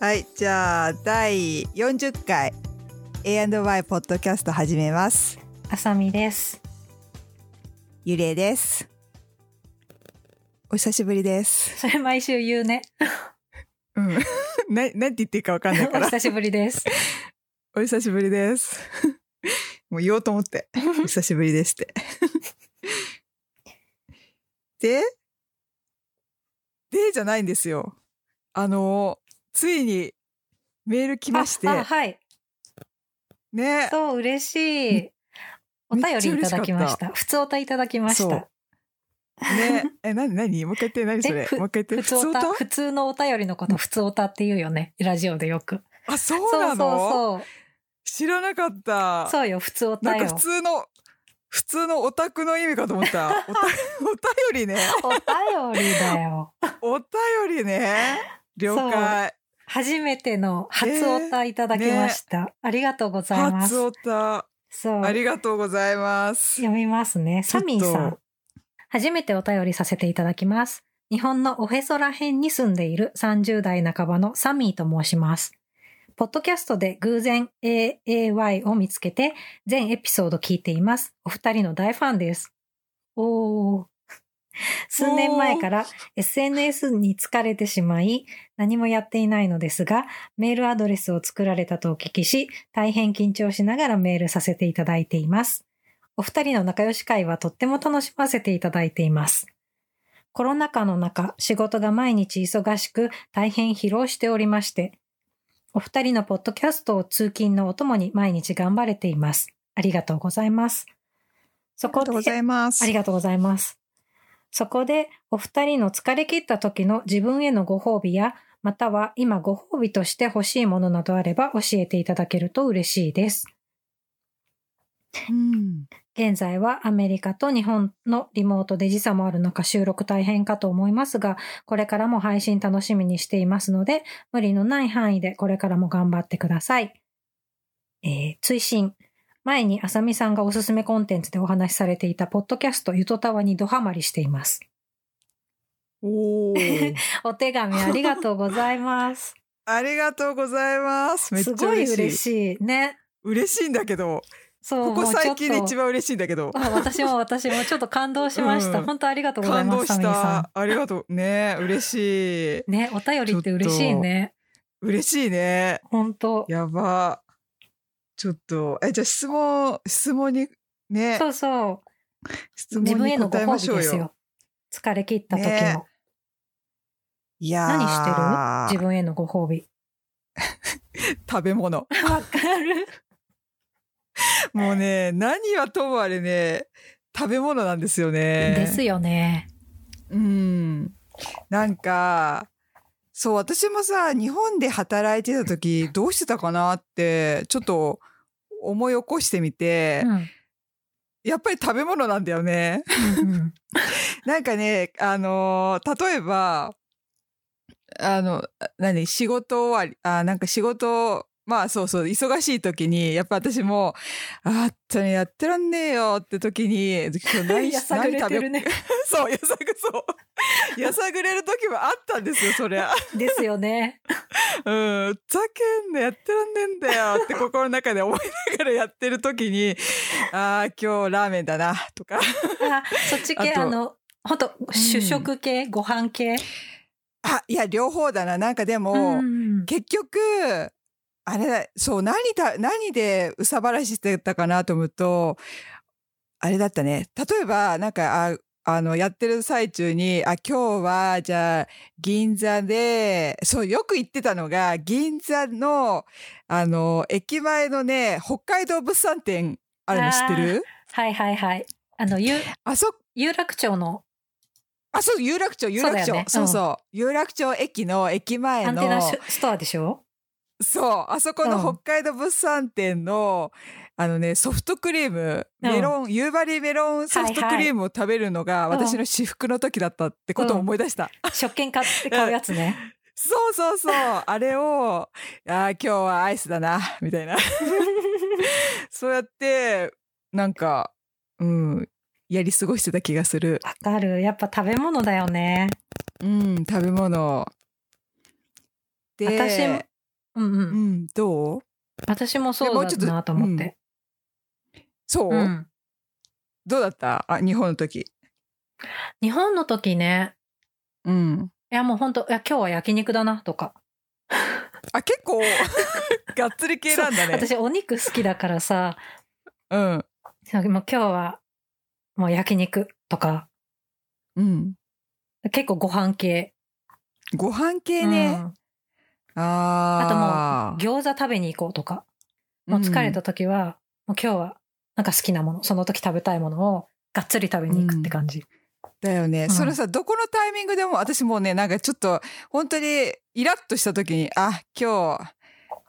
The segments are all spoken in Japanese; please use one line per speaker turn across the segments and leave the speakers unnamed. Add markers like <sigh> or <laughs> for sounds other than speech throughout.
はい、じゃあ第40回 A&Y ポッドキャスト始めます。
あさみです。
ゆりえです。お久しぶりです。
それ毎週言うね。
うん。 <laughs> な、なんて言っていいかわか
お
んないから。
久しぶりです。
<laughs> お久しぶりです。もう言おうと思って。 <laughs> お久しぶりですって。 <laughs> で、でじゃないんですよ。あの、ついにメール来まして、
ああはい。
ね。
そう、嬉しい。お
め
便
っちゃ
りい
嬉したかった
だきました。普通おたいただきまし
そ
た
う。ね。え、なになにもう一回言って、なにそれ
え。ふ
もう一回言って。
普通お
普通
た、
歌
普通のお便りのこと、普通おたって言うよね。ラジオでよく。
あ、そうなの
そうそう
知らなかっ
そう。
た。
そうよ、普通お
な
た
ん
よ
か。普通の、普通のオタクの意味かと思っ
<laughs>
た。おたお便りね。
お便りだよ。
お便りね。了解。
初めての初おたいただきました。ありがとうございま
初
す。
オタ。
そう。
ありがとうございます。
読みますね。サミーさ
ちょっ
ん
と。
初めてお便りさせていただきます。日本のおへそら辺に住んでいる30代半ばのサミーと申します。ポッドキャストで偶然 AAY を見つけて、全エピソード聞いています。お二人の大ファンです。おー。 <laughs> 数年前から SNS に疲れてしまい、何もやっていないのですが、メールアドレスを作られたとお聞きし、大変緊張しながらメールさせていただいています。お二人の仲良し会はとっても楽しませていただいています。コロナ禍の中、仕事が毎日忙しく、大変疲労しておりまして、お二人のポッドキャストを通勤のお供に毎日頑張れています。ありがとうございます。そ
あり
こ
がとうご
で
ざ、います。
ありがとうございます。そこで、お二人の疲れ切った時の自分へのご褒美や、または今ご褒美として欲しいものなどあれば教えていただけると嬉しいです。
うん
現在はアメリカと日本のリモートで時差もある中収録大変かと思いますが、これからも配信楽しみにしていますので、無理のない範囲でこれからも頑張ってください。えー追伸。前にあさみさんがおすすめコンテンツでお話しされていたポッドキャストゆとたわにドハマりしています。
お
<laughs>
ー
お手紙ありがとうございます。
ありがとうござい <laughs> ます。めっち
す
ゃ
ごい
嬉しい。嬉しい
嬉しいね。
んだけど、
そう、
ここ最近で
もう
一
ちょっ
番嬉しいんだけど
と。。あ私も私もちょっと感動しました。
うん
本当ありがとうござい
感
ま
動
す、
し
サミーさ
た。ありがとう。ね嬉しい。
<laughs> ん。ね、お便りって嬉しいね。
嬉しいね。
本当。
やば。ちょっと、え、じゃあ質問、質問に、ね、
そうそ
質
う。自
問
分へ
に
のご
答えま
褒
し
美
ょ
で
うよ。
すよ。疲れ切った時の。
ねいやー
何してる自分へのご褒美。
食べ
<laughs>
物。
わかる。
もうね、何はともあれね、食べ物なんですよね。
ですよね。
うん。なんか、そう、私もさ、日本で働いてた時、どうしてたかなって、ちょっと思い起こしてみて、
うん。
やっぱり食べ物なんだよね。 <laughs>
うん
なんかね、あのー例えば、あの、何、仕事終わり、あ、なんか仕事、まあそうそう、忙しい時に、やっぱ私も、あっとね、やってらんねえよって時に、今日
うん。
何
<laughs> や
し
さぐ
何
れ
食べ
て
よ
る
う、
ね。
そう、やさぐ、そう。 <laughs> やさぐれる時もあったんですよ、そりゃ。 <laughs>
ですよね。
うん、ふざけんな、やってらんねえんだよって心の中で思いながらやってる時に、ああ、今日ラーメンだな、とか。
あ、そっち系、
あと
あの、本当主食系、ご飯系。
あ、いや、両方だな。なんかでも、
うん
結局、あれだ、そう、何だ、何でうさばらししてたかなと思うと、あれだったね。例えば、なんか、ああの、やってる最中に、あ、今日は、じゃあ、銀座で、そう、よく行ってたのが、銀座の、あの、駅前のね、北海道物産展あるの知ってる
はいはいはい。あの、ゆ、
あそ、
有楽町の
あ、そう、有楽町、有楽町。そう
そ
う,、
だよね
そううん有楽町駅の駅前
ア
の。
ンテナショストアでしょ
そう、あそこ
うん
の北海道物産展の、あのね、ソフトクリーム、
うん
メロン、夕張メロンソフトクリームを食べるのが、
はいはい
私の私服の時だったってことを思い出した。
食券買って買うやつ
<laughs>
ね。
そうそうそう、あれを、あー今日はアイスだな、みたい
<laughs>
な。そうやって、なんか、うん、やり過ごしてた気がする。
わかる。やっぱ食べ物だよね。
うん、食べ物。で、
私もうんう。
うんん、どう
私もそうだったなと思って。
そう、
うん。
どうだったあ、日本の時。
日本の時ね、
うん。
いやもう本当いや今日は焼肉だなとか。
あ、結構、 <laughs> がっつり系なんだね。
私お肉好きだからさ、
うん。
もう今日はもう焼肉とか、
うん。
結構ご飯系。
ご飯系
う
ね。
ん
ああ。
あともう餃子食べに行こうとか。もう疲れた時は、もう今日はなんか好きなもの、その時食べたいものをがっつり食べに行くって感じ。
だよね、
うん
それさどこのタイミングでも私もうねなんかちょっと本当にイラッとした時にあ今日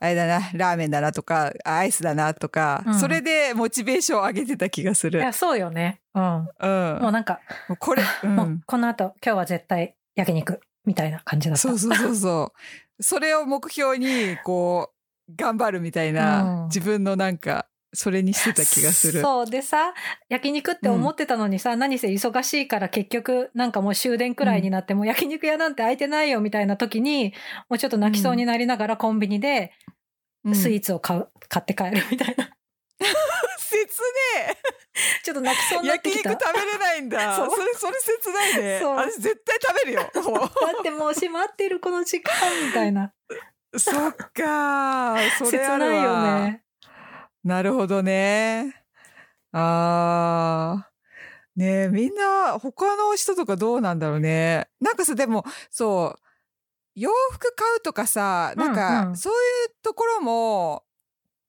あれだなラーメンだなとかあアイスだなとか、
うん
それでモチベーションを上げてた気がす
い
る
や、。そうよね。うん。
うん、
もう
も
なんか、
うこれ、う、
もうんこの後、今日は絶対焼肉みたいな感じだった。
そうそうそうそうそれを目標にこう頑張るみたいな、
うん
自分のなんかそれにしてた気がする。
そうでさ、焼肉って思ってたのにさ、何せ忙しいから結局なんかもう終電くらいになって、もう焼肉屋なんて空いてないよみたいな時に、もうちょっと泣きそうになりながらコンビニで
うん
スイーツを買う、買って帰るみたいな。
<laughs> 切ね
ちょっと泣きそう
え
になって
焼
き
肉
た。だ
食べれないんだ
<laughs> そ
そうれそれ切ないね
そう
私絶対食べ
<laughs>
るよもう
ってもう閉まってるこの時間みたいな。
そっかー、 <laughs> そ
切
れある
ないよ
わ。
ね。
なるほどね。あー。ねえ、みんな、他の人とかどうなんだろうね。なんかさ、でも、そう、洋服買うとかさ、なん
うんう
か、
ん
そういうところも、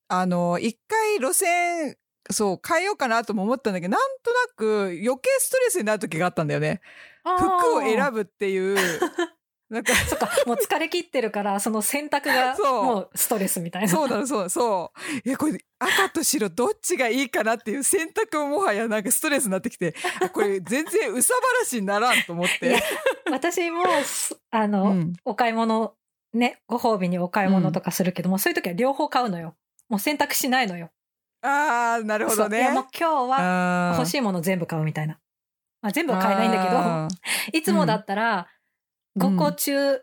あの、一回路線、そう、変えようかなとも思ったんだけど、なんとなく余計ストレスになる時があったんだよね。服を選
ぶ。
ぶっていう、なんか、
そっか、もう疲れ切ってるから、その選択
<laughs>
が
そう
もうストレスみたい <laughs> な。
そうなの、そうなの、そう。え、これ、赤と白、どっちがいいかなっていう選択ももはやなんかストレスになってきて、あこれ全然憂さ晴らしにならんと思っ
いや
て。
私もす、あ
う
の、
ん。
お買い物、ね、ご褒美にお買い物とかするけども、そういう時は両方買うのよ。もう選択しないのよ。
ああ、なるほど
そういや、も
ね
う。今日は
あ
欲し
い
いもの全部買うみたいな。まあ、全部は買えないんだけど、いつもだったら、5個中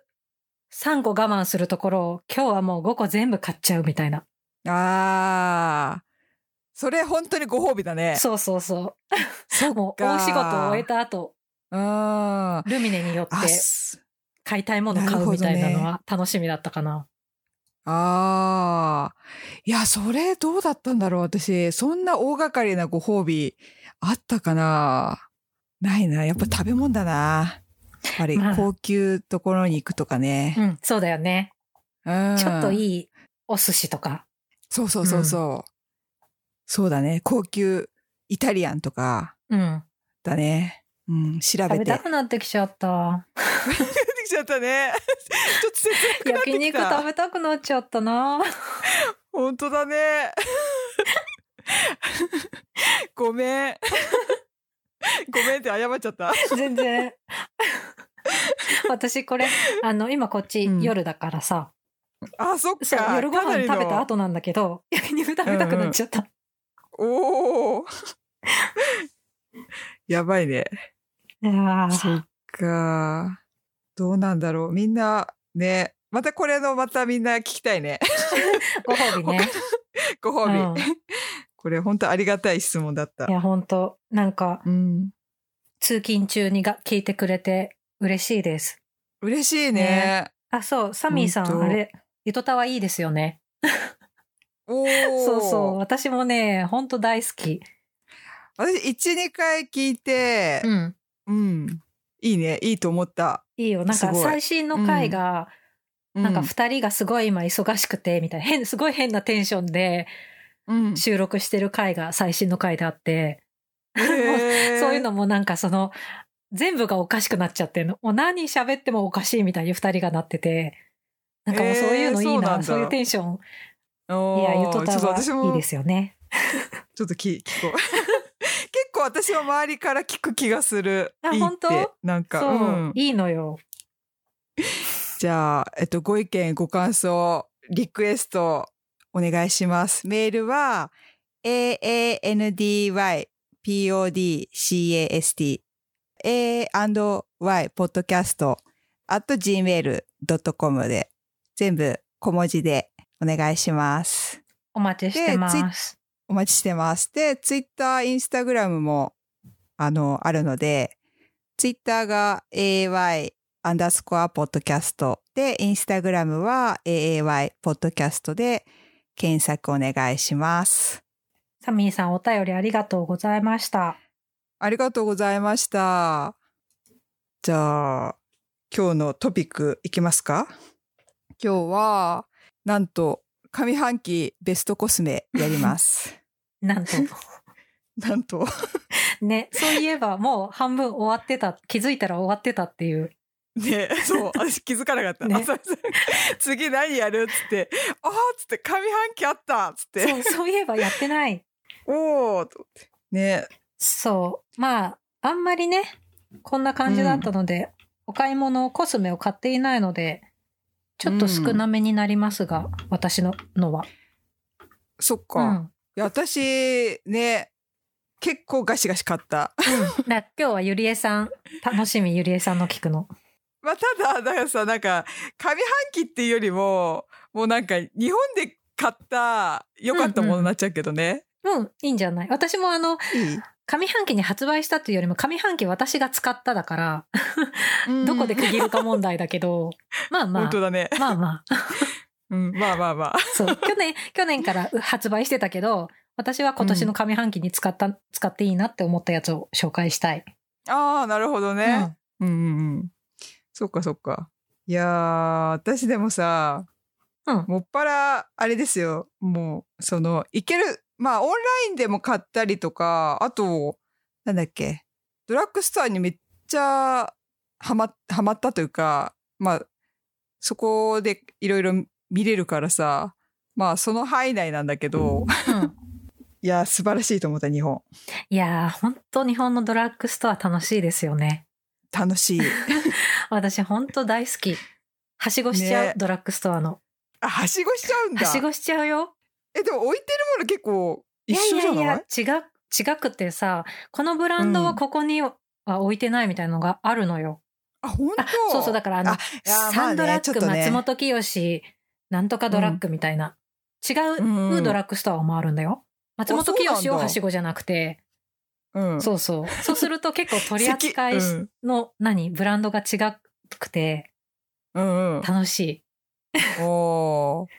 3個我慢するところを、今日はもう5個全部買っちゃうみたいな。
けど。ああ。それ本当にご褒美だね。
そうそうそ。
そう
もう大仕事を終えた後、
うん。あ
ルミネによって
す
買いたいものを買うみたいなのは楽しみだったかな。
ああ。いや、それどうだったんだろう、私。そんな大掛かりなご褒美あったかなないな。やっぱ食べ物だな。やっぱり
まあ
高級ところに行くとかね。
うん、そうだよね。
うん
ちょっといいお寿司とか。
そうそうそうそう。そうだね。高級イタリアンとか
うん。
だね。うん、調べ
食
て。
べたくなってきちゃった。
出てきちゃったね。 <laughs> ちょっと切なくなってき
焼肉
た。
食べたくなっちゃっ
<laughs>
たな。
本当だね。 <laughs> ごめん。 <laughs> ごめんって謝っちゃった。
全然。私これ、あの、今こっち
うん
夜だからさ、
あ、そっ
そう
か。
夜ご
かな
飯
り
食
の
べた後なんだけど、 <laughs> 焼肉食べたくなっちゃった。
おお。やばいね。
いやー
そっか。どうなんだろう。みんな、ね。またこれの、またみんな聞きたいね。 <laughs>
ご褒美ね。
ご褒美。
うん
<laughs> これ本当ありがたい質問だった
い。や、本当なんか、
うん。
通勤中にが聞いてくれて嬉しいです。
嬉しいね。
ねあ、そう、サミーさ
本
ん、
当
あれ、ゆとたはいいですよね。
おお。
そうそう、私もね、本当大好き。
私、1、2回聞いて、
うん。
うん。いいね。いいと思った。
いいよ。なん
す
か
ごい
最新の回が、
う
なんか二人がすごい今忙しくて、みたいな、変、す <laughs> ごい変なテンションで <laughs>
うん、
収録してる回が最新の回であって、
へー
そういうのもなんかその、全部がおかしくなっちゃってるの。もう何喋ってもおかしいみたいに二人がなってて、なんかもうそういうのいい
えーそう
な、
なんだ
そういうテンション。
おー
いや、ゆと
ち
た
ょっ
は
と私
いい
も
ですよね。
ちょっとき聞こう <laughs> 結構私は周りから聞く気がする
あ
いいって
本当
なん
そ
か
う、
うん
いいのよ。
じゃあ、えっと、ご意見ご感想リクエストお願いしますメールは aandypodcast a&ypodcast at gmail.com で全部小文字でお願いします。
お待ちしてます。
お待ちしてます。で、ツイッター、インスタグラムも、あの、あるので、ツイッターが AY アンダースコアポッドキャストで、インスタグラムは AY ポッドキャストで検索お願いします。
サミーさんお便りありがとうございました。
ありがとうございました。じゃあ、今日のトピックいきますか今日は、なんと、上半期ベストコスメやります。 <laughs>
なんと。
なんと。
ね、そういえばもう半分終わってた、気づいたら終わってたっていう。
ね、そう、私気づかなかった。
ね
浅井さん次何やるっつって、ああっつって、上半期あったっつって、
そう、そういえばやってない。
おおと思って。ね、
そう。まあ、あんまりね、こんな感じだったので、お買い物、コスメを買っていないので、ちょっと少なめになりますが、私ののは。
そっか。
うん。
い
うん
や、私、ね、結構ガシガシ買った。 <laughs>
だ今日はゆりえさん、楽しみゆりえさんの聞くの。
まあ、ただ、だからさ、なんか、上半期っていうよりも、もうなんか、日本で買った、良かったものになっちゃうけどね。
うん、いいんじゃない私もあの、
いい
上半期に発売したというよりも、上半期私が使っただから、どこで区切るか問題だけど、まあま
本
あ
当、だね。
まあまあ、
うん、まあまあまあ。 <laughs>
そう。去年、去年から発売してたけど、私は今年の上半期に使った、使っていいなって思ったやつを紹介したい。
ああ、なるほどね。うんうんうん。そっかそっか。いやー、私でもさ、
うん
もっぱら、あれですよ。もう、その、いける、まあ、オンラインでも買ったりとか、あと、なんだっけ、ドラッグストアにめっちゃ、はま、はまったというか、まあ、そこでいろいろ見れるからさ、まあ、その範囲内なんだけど、
うん。うん、
いやー、素晴らしいと思った、日本。
<laughs> いやー、本当日本のドラッグストア楽しいですよね。
楽しい。
私本当大好き。はしごしちゃう、
ね
ドラッグストアの。
あ、はしごしちゃうんだ。
はしごしちゃうよ。
え、でも置いてるもの結構一緒じゃない
やいやいや、違う、違くてさ、このブランドはここには置いてないみたいなのがあるのよ。
あ、本当
あ、そうそう、だからあの
あ、いやまあ
サ
ね
ンドラ
ちょ
ッ
っ
グ、
とね
松本清、なんとかドラッグみたいな。違
うんう
うんドラッグストアもあるんだよ。松本
あそう
清
な
を
んだ
はしごじゃなくて、
うん。
そ
<laughs>
うそう。そうすると結構取り扱い
咳
の、何、ブランドが違くて
うん、うん
楽しい。 <laughs>
うん。おー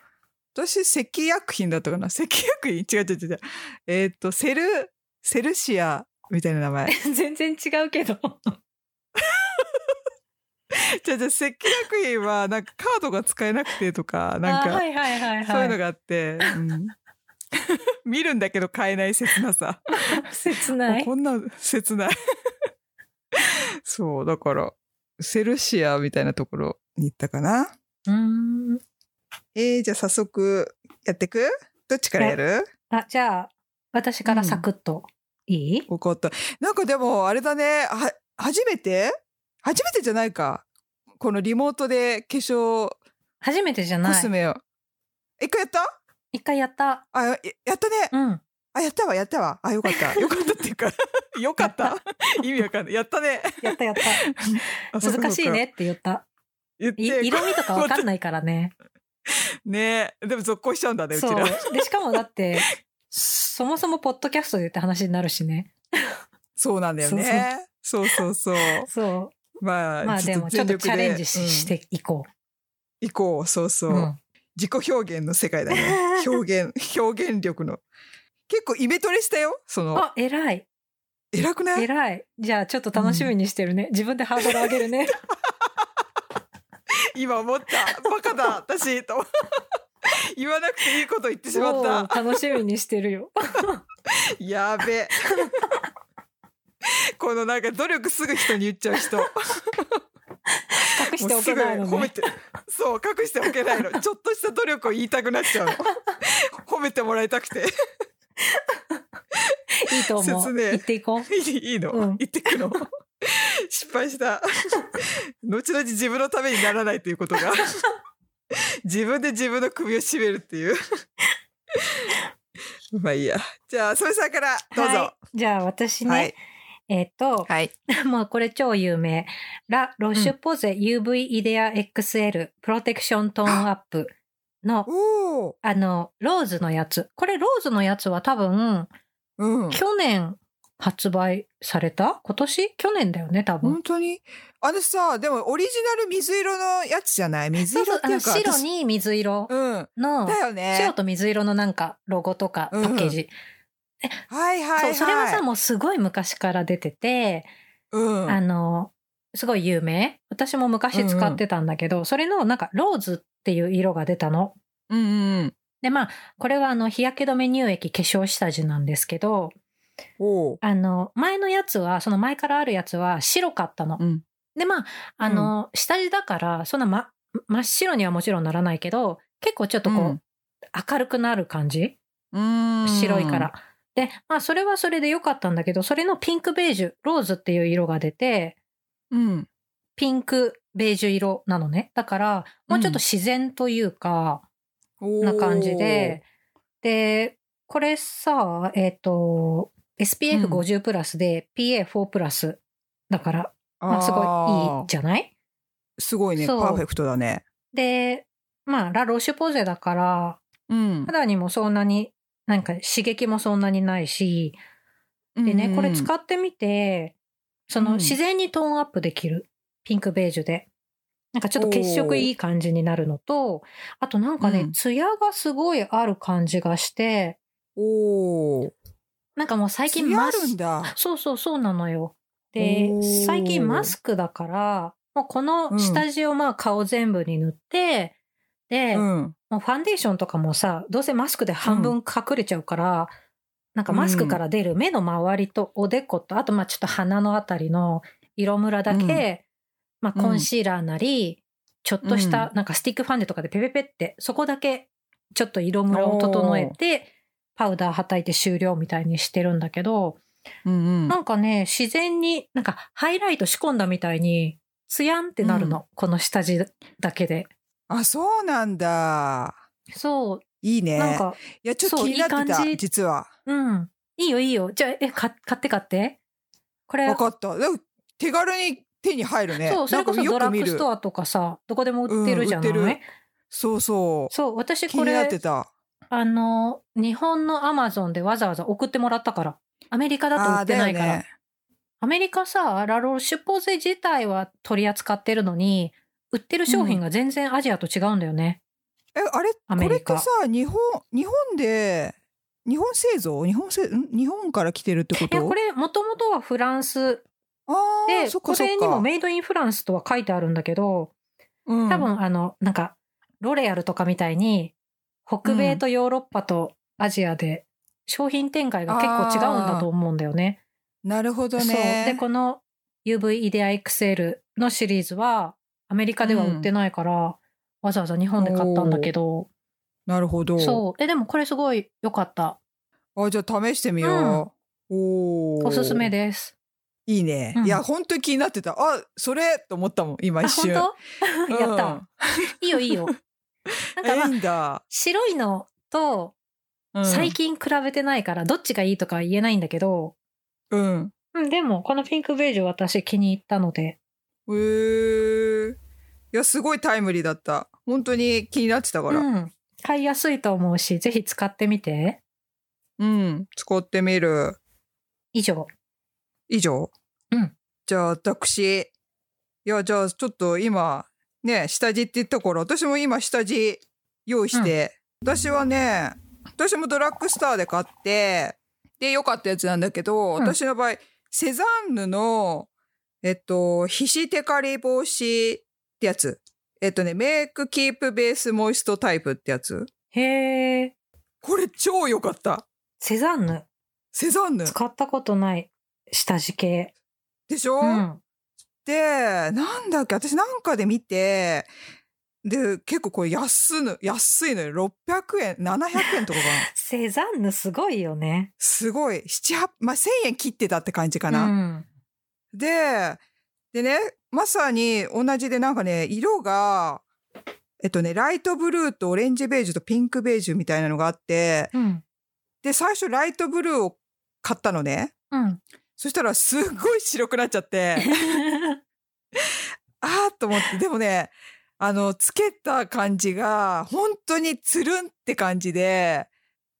私、石薬品だったかな石薬品違う違う違う。えーっ、と、セル、セルシアみたいな名
<laughs>
前。
全然違うけど。
じゃじゃ石薬品は、なんかカードが使えなくてとか、なん
あ
か、
はいはいはい
そう
はいい。
うのがあって、
<laughs>
うん、見るんだけど買えない切なさ。
切ない。
こんな切ない。 <laughs> そう、だから、セルシアみたいなところに行ったかな。
うーん。
えー、じゃあ早速やってくどっちからやる
あ、じゃあ、私からサクッと。いい
分かった。なんかでも、あれだね、は、初めて初めてじゃないか。このリモートで化粧、
初めてじゃ
コ
な
ス
い。
メを。一回やった
一回やった。
あ、ややったね。
うん。
あ、やったわ、やったわ。あ、よか
<laughs>
った。よかったっていうか、 <laughs> よかった。意味わかんない。やったね。
やったやった。
<laughs> あそっかそっか
難しいねって言った。
言って
い色味とかわかんないからね。
ねでも続行しちゃうんだね、うち
そう
ら。。
で、しかも
<laughs>
だって、そもそもポッドキャストでって話になるしね。
そうなんだよね。そうそうそう。
そ <laughs>
まあ、
う。まあでも、ちょっと
全力で
チャレンジし,、
うん
ていこ。
行こう、そうそうう。
うん
自己表現の世界だ
<laughs>
ね。表現、表現力の。結構イメトレしたよ。その、
あ、偉い。
偉くない
偉い。じゃあ、ちょっと楽しみにしてるね。自分でハードル上げるね。
今思った。バカだ、私、と。 <laughs> 言わなくていいこと言って <laughs> しま
お
った。
ー楽しみにして
<laughs>
るよ。
やべ。 <laughs> このなんか努力すぐ人に言っちゃう人。も
隠し
う
てお
す
け
ぐ
ないの
褒め
ね。
て、そう、隠しておけないの。ちょっとした努力を言いたくなっちゃうの。褒めてもらいたくて。
いいと思
説
う。
明
言っていこう。
いいいいの、
うん
言ってくの <laughs> 失敗
<laughs>
した。後々自分のためにならないという
<laughs>
ことが。自分で自分の首を絞めるっていう。まあいいや。じゃあ、それさんからどうぞ。
はい。じゃあ、私ね、
はい。
えっと、 <laughs>
はい。
もうこれ超有名。ラ・ロッシュポゼ UV イデア XL プロテクショントーンアップの、
おお。
あの、ローズのやつ。これ、ローズのやつは多分、
うん。
去年発売された今年去年だよね、多分。
本当にあのさ、でもオリジナル水色のやつじゃない水
そうそ
色
う
っ、て
あ
い
の、
うか。
白
私
に水色
うん。
の、
だよね。
白と水色のなんか、ロゴとか、パッケージ。
はいはい、
そ
は
う、
い。
それはさ、もうすごい昔から出てて、
うん。
あの、すごい有名。私も昔使ってたんだけど、それのなんか、ローズっていう色が出たの。
うんうんうん。
で、まあ、これはあの、日焼け止め乳液化粧下地なんですけど、
おお。
あの、前のやつは、その前からあるやつは白かったの。
うん
で、まあ、あの、下地だから、そんなま、真っ白にはもちろんならないけど、結構ちょっとこう、
うん
明るくなる感じ
うーん。
白いから。。で、まあ、それはそれで良かったんだけど、それのピンクベージュ、ローズっていう色が出て、
うん。
ピンクベージュ色なのね。だから、もうちょっと自然というか、
おー
な感じで、、で、これさ、えっ、と、SPF50 プラスで PA4 プラスだから、まあ、すごいいい
ゃ
じゃない
すごいね。パ
そう
ーフェクトだね。
で、まあ、ラ・ロシュポゼだから、
うん。
肌にもそんなに、なんか刺激もそんなにないし、で
うんう
ね、
ん
これ使ってみて、そ
うん
の自然にトーンアップできる。ピンクベージュで。なんかちょっと血色いい感じになるのと、あとなんか
う
ね
ん、
ツヤがすごいある感じがして、
おお。
なんかもう最近
艶あ
マ
るん
スク。
だ。
そうそうそうなのよ。で
おー、
最近マスクだから、もうこ
う
の
ん
下地をまあ顔全部に塗って、で、
うん。
もうファンデーションとかもさ、どうせマスクで半分隠れちゃうから、なんかマスクから出る目の周りとおでこと、あとまあちょっと鼻のあたりの色ムラだけ、まあコンシーラーなり、ちょっとしたなんかスティックファンデとかでペペペって、そこだけちょっと色ムラを整えて、パウダーはたいて終了みたいにしてるんだけど、
うんうん。
なんかね、自然になんかハイライト仕込んだみたいに、ツヤンってなるの、この下地だけで。
あ、そうなんだ。
そ、
いいう
なん
ね。
か、
いや、ちょっと
そう
気になってた、
いい感じ
実は。
うん。いいよいいよ。じゃあ、え、か買って買って。これ、
わかった。でも手軽に手に入るね。
そう、それこそドラッグス
ア。
トアとかさ、どこでも売ってるじゃない、
うん売ってるそうそう。
そう、私
気
こ
になって
れ、
た。
あの、日本のアマゾンでわざわざ送ってもらったから。アメリカだと売ってないから。。アメリカさ、ラロシュポゼ自体は取り扱ってるのに、売ってる商品が全然アジアと違うんだよね。
え、あれ、
ア
こ
メ
れって
リカ
さ、日本、日本で、日本製造日本製、ん日本から来てるってこと
いや、これ、もともとはフランス
あー
で、
そっ
こ
かそっ
れ
か。
にもメイドインフランスとは書いてあるんだけど、
うん
多分あの、なんか、ロレアルとかみたいに、北米とヨーロッパとアジアで商品展開が結構違うんだと思うんだよね。
なるほど
そう。
ね。
で、この UV イデア XL のシリーズは、アメリカでは売ってないから、わざわざ日本で買ったんだけど、
なるほど。
そう。え、でもこれすごい良かった。
あ、じゃあ試してみよう。おー
おすすめ。です。
いいね。
うん
いや、本当に気になってた。あ、それと思ったもん、今
あ、
一瞬。
本当やった。いいよい
<laughs>
いよ。なんか
うん。
まあ
い、いんだ。
白いのと
うん
最近比べてないから、どっちがいいとかは言えないんだけど、
うん。
うん、でも、このピンクベージュ私気に入ったので。
へえ。いや、すごいタイムリーだった。本当に気になってたから。
うん。買いやすいと思うし、ぜひ使ってみて。
うん、使ってみる。
以上。
以上
うん。
じゃあ、私。いや、じゃあ、ちょっと今、ね、下地って言ったから、私も今、下地用意して、私はね、私もドラッグストアで買って、で、良かったやつなんだけど、
うん
私の場合、セザンヌの、えっと、皮脂テカリ防止ってやつ。えっとね、メイクキープベースモイストタイプってやつ。
へえ。
これ超良かった。
セザンヌ。
セザンヌ。
使ったことない下地系。
でしょ、
うん。
で、なんだっけ、私なんかで見て、で、結構これ安いの、安いのよ。600円、700円とかかな。
セザンヌすごいよね。
すごい。7、8、まあ、1000円切ってたって感じか
う
な。
ん。
で、でね、まさに同じでなんかね、色が、えっとね、ライトブルーとオレンジベージュとピンクベージュみたいなのがあって、
うん。
で、最初ライトブルーを買ったのね。 <laughs>
うん。
そしたらすっごい白くなっちゃって。あーっと思って、でもね、あの、つけた感じが、本当につるんって感じで、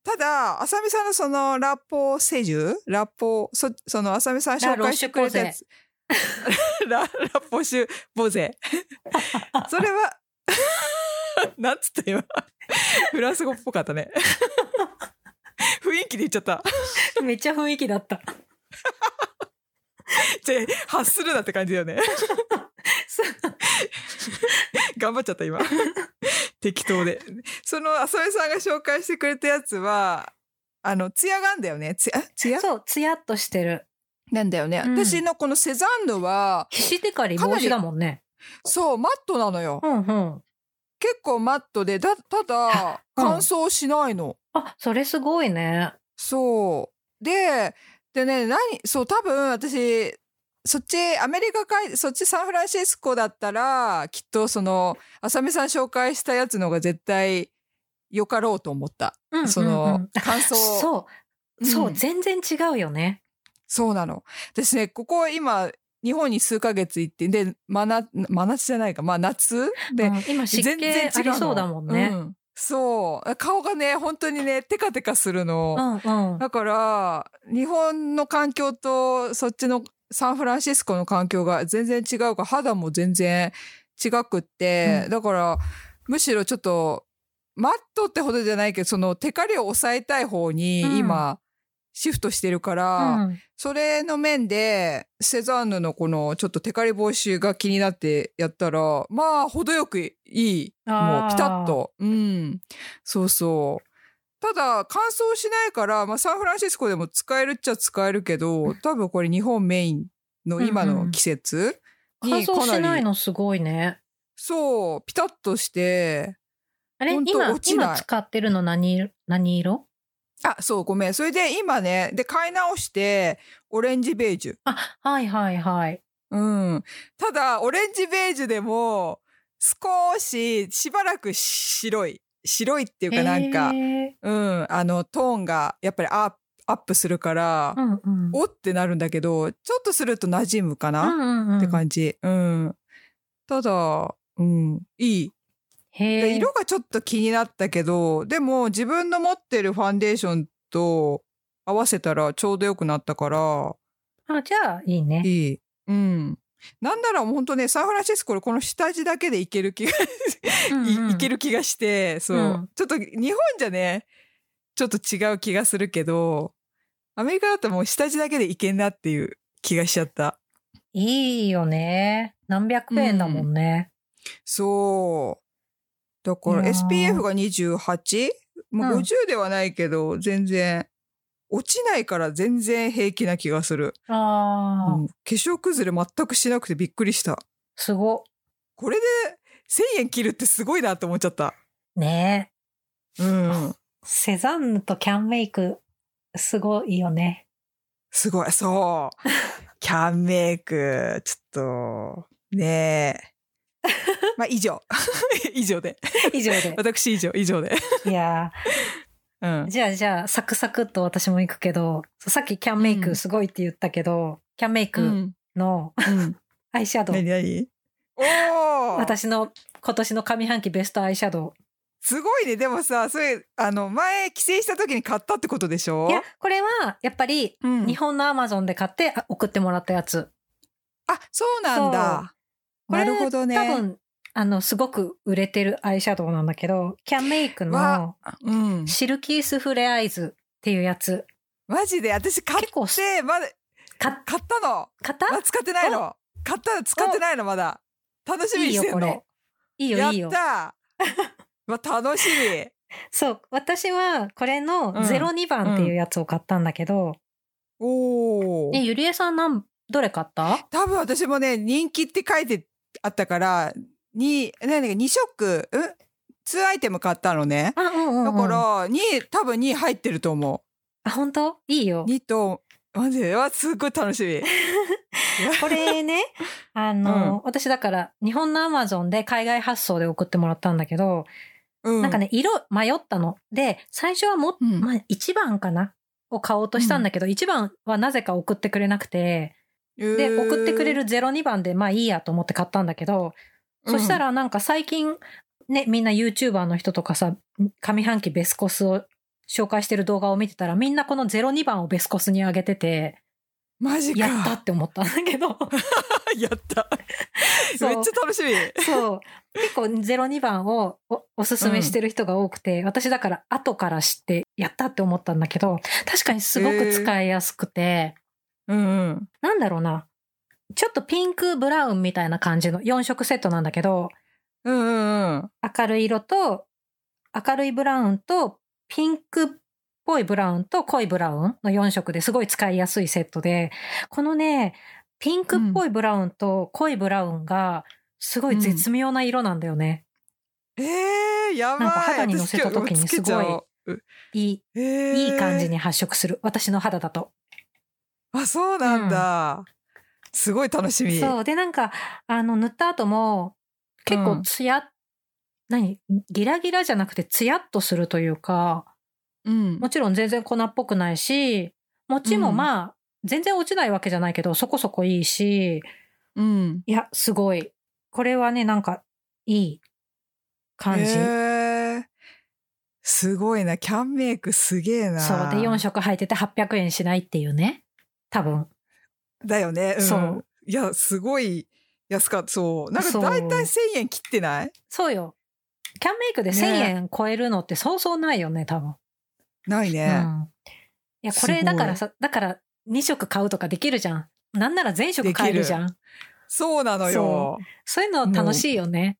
ただ、あさみさんのそのラッポーセジュラッポー、そそのあさみさん紹介してくれたやつ。 <laughs> ララッポシュボ <laughs> ゼ。それは、なんつった今。フランス語っぽかった <laughs> ね。雰囲気で言っちゃった。
めっちゃ雰囲気だった。
じゃあ発するなって感じだよね。頑張っちゃった今適当でその浅井さんが紹介してくれたやつはあのツヤがあんだよねツヤツヤ
そう、ツヤっとしてる。
なんだよね、
うん
私のこのセザンヌは
ひしテカリ防止だもんね。
そうマットなのよ、
うんうん。
結構マットでだただ
うん
乾燥しないの、
あ、それすごいね。
そうででね何そう多分私そっちアメリカかいそっちサンフランシスコだったらきっとその浅見さん紹介したやつのが絶対よかろうと思った
うんうんうん
その感想
そう、そうう、
ん
全然違うよね。
そうなの。ですね、ここ今、日本に数ヶ月行って、で、真夏、真夏じゃないか、まあ夏で、
うん今湿
全
気
然違うの
ありそうだもんね。
うんそう。顔がね、本当にね、テカテカする
う
の。
んうん。
だから、日本の環境と、そっちのサンフランシスコの環境が全然違うから、肌も全然違くって、
うん
だから、むしろちょっと、マットってほどじゃないけど、そのテカリを抑えたい方に今、シフトしてるから、
うん
それの面で、セザンヌのこのちょっとテカリ防止が気になってやったら、まあ、程よくいい。もうピタッ。と。うん。そうそう。ただ、乾燥しないから、まあ、サンフランシスコでも使えるっちゃ使えるけど、多分これ日本メインの今の季節
あー乾
にかなり、
燥しないのすごいね。
そう、ピタッとして、
あれ
ほんと
今
落、ちない
今使ってるの何色何色
あ、そう、ごめん。それで今ね、で、買い直して、オレンジベージュ。
あ、はいはいはい。
うん。ただ、オレンジベージュでも、少し、しばらく白い。白いっていうかなんか、
へー
うん、あの、トーンが、やっぱりアップアップするから
う、んうん。
おってなるんだけど、ちょっとすると馴染むか
う
な、
んうんうん
って感じ。うん。ただ、うん、いい。
へ
で
ー
色がちょっと気になったけど、でも自分の持ってるファンデーションと合わせたらちょうど良くなったから、
あ、じゃあいいね。
いい。うん。なんなら本当ね、サンフランシスコでこの下地だけでいける気が、
うんうん
いいける気がして、そう、
うん
ちょっと日本じゃね、ちょっと違う気がするけど、アメリカだともう下地だけでいけんなっていう気がしちゃった。
いいよね。何百円だもんね。
そう。だから
いやー
SPF が 28? もう
うん
50ではないけど、全然、落ちないから全然平気な気がする。
ああ、
うん化粧崩れ全くしなくてびっくりした。
すご。
これで1000円切るってすごいなって思っちゃった。
ねえ
うん。
セザンヌとキャンメイク、すごいよね。
すごい、
<laughs>
そう。キャンメイク、ちょっと、ねえ。まあ、以上。 <laughs> 以上で。。
以上で
<laughs> 私以上、以上で。
いや
う <laughs>
ー
ん。
じゃあじゃあ、サクサクっと私も行くけど、そうさっきキャンメイクすごいって言ったけど、キャンメイ
う
ク
ん。
の
うん。
アイシャド
<laughs>
ウ、
何何おー
私の今年の上半期ベストアイシャド
すごいね。でもさ、それ、あの、前、帰省した時に買ったってことでし
ウ。
ょ
いや、これは、やっぱり、
うん
日本のアマゾンで買ってあ送ってもらったやつ。
あ、そうなんだ。
これ
なるほどね。
多分、あの、すごく売れてるアイシャドウなんだけど、キャンメイクの
わうん。
シルキースフレアイズっていうやつ。
マジで、私買っ
結構す、
て、まだ、
か、
買ったの。
型
まだ使ってないの。買ったの使ってないの、まだ。楽しみ
い
に
い
し
よ、
てん
これ
の。。
いい
や
よ、いいよ
っ。た
<laughs>
ま楽しみ。
そう、私はこれの
うん
02番っていうやつを買ったんだけど、
おお。
ね、ゆりえさんなん、どれ買った
多分私もね、人気って書いてあったから、に、なんだっけ、2色、うん ?2 アイテム買ったのね。
あ、うんうん、うん。
だから、に、多分2入ってると思
あ、本当いいよ
う。。2と、マジで、わ、すっごい楽し
<laughs>
み。
これね、
<laughs>
あの、私だから、日本のアマゾンで海外発送で送ってもらったんだけど、
うん。
なんかね、色迷ったの。で、最初はもっ、
うん
まあ、1番かなを買おうとしたんだけど、1番はなぜか送ってくれなくて、
へー、
で、送ってくれる02番で、まあいいやと思って買ったんだけど、そしたらなんか最近、ね、みんな YouTuber の人とかさ、上半期ベスコスを紹介してる動画を見てたら、みんなこの02番をベスコスに上げてて、
マジか。
やったって思ったんだけ <laughs> ど、
<laughs> やった。
<laughs> そう
めっちゃ楽しみ。
そう。結構02番をおおすすめしてる人が多くて、私だから後から知って、やったって思ったんだけど、確かにすごく使いやすくて、
うんうん。
なんだろうな。ちょっとピンク、ブラウンみたいな感じの4色セットなんだけど、
うんうんうん。
明るい色と、明るいブラウンと、ピンクっぽいブラウンと濃いブラウンの4色ですごい使いやすいセットで、このね、ピンクっぽいブラウンと濃いブラウンが、すごい絶妙な色なんだよね。
えー、やばい。
なんか肌に乗せた時にす
私今日うつけ
ごい
ちゃおう
い
え
い、
ー
いい感じに発色する。私の肌だと。
あ、そうなんだ。すごい楽しみ。
そう。で、なんか、あの、塗った後も、結
う
構
ん
ツヤ、何ギラギラじゃなくてツヤっとするというか、
うん
もちろん全然粉っぽくないし、餅も
うん
まあ、全然落ちないわけじゃないけど、そこそこいいし、
うん。
いや、すごい。これはね、なんか、いい感じ。
えーすごいな。キャンメイクすげえな。
そう。で、4色入ってて800円しないっていうね。多分。
だよね。うん、
そう。
いや、すごい安かった。そう。なん
そ
か
う
だいたい1000円切ってない
そうよ。キャンメイクで1000
ね
円超えるのってそうそうないよね、多分。
ないね。
うんいや、
す
こ
ごい
れだからさ、だから2色買うとかできるじゃん。なんなら全色買えるじゃん。
そうなのよ
そ。そういうの楽しいよね。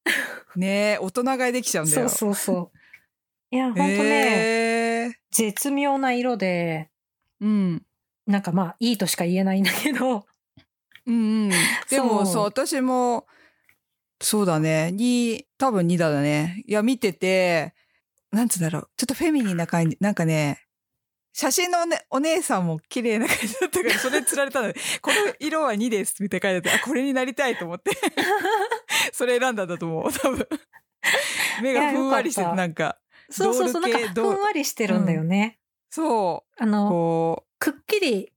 ねえ大人買いできちゃうんだ
そ
よ。
うそうそう。いや、ほんとね、
えー
絶妙な色で、
うん。
なんかまあ、いいとしか言えないんだけど、 <laughs>
うんうん。でも、
そう
そう、私も、そうだね。に、多分2だね。いや、見てて、なんつうんだろう。ちょっとフェミニーな感じ、なんかね、写真のお,、ね、お姉さんも綺麗な感じだった
<laughs>
から、それ釣られたので、この色は2です、みたいな書いてあって、あ、これになりたいと思
<laughs>
って。それ選んだんだと思う、多分。目がふんわりして
いや
て、
よかっ
な
た
んか。
そうそうそう、
ド
な
ー
ん
ル
か
系
ふんわりしてるんだよね。
そ
あ
う、
の、
こ
くっきり、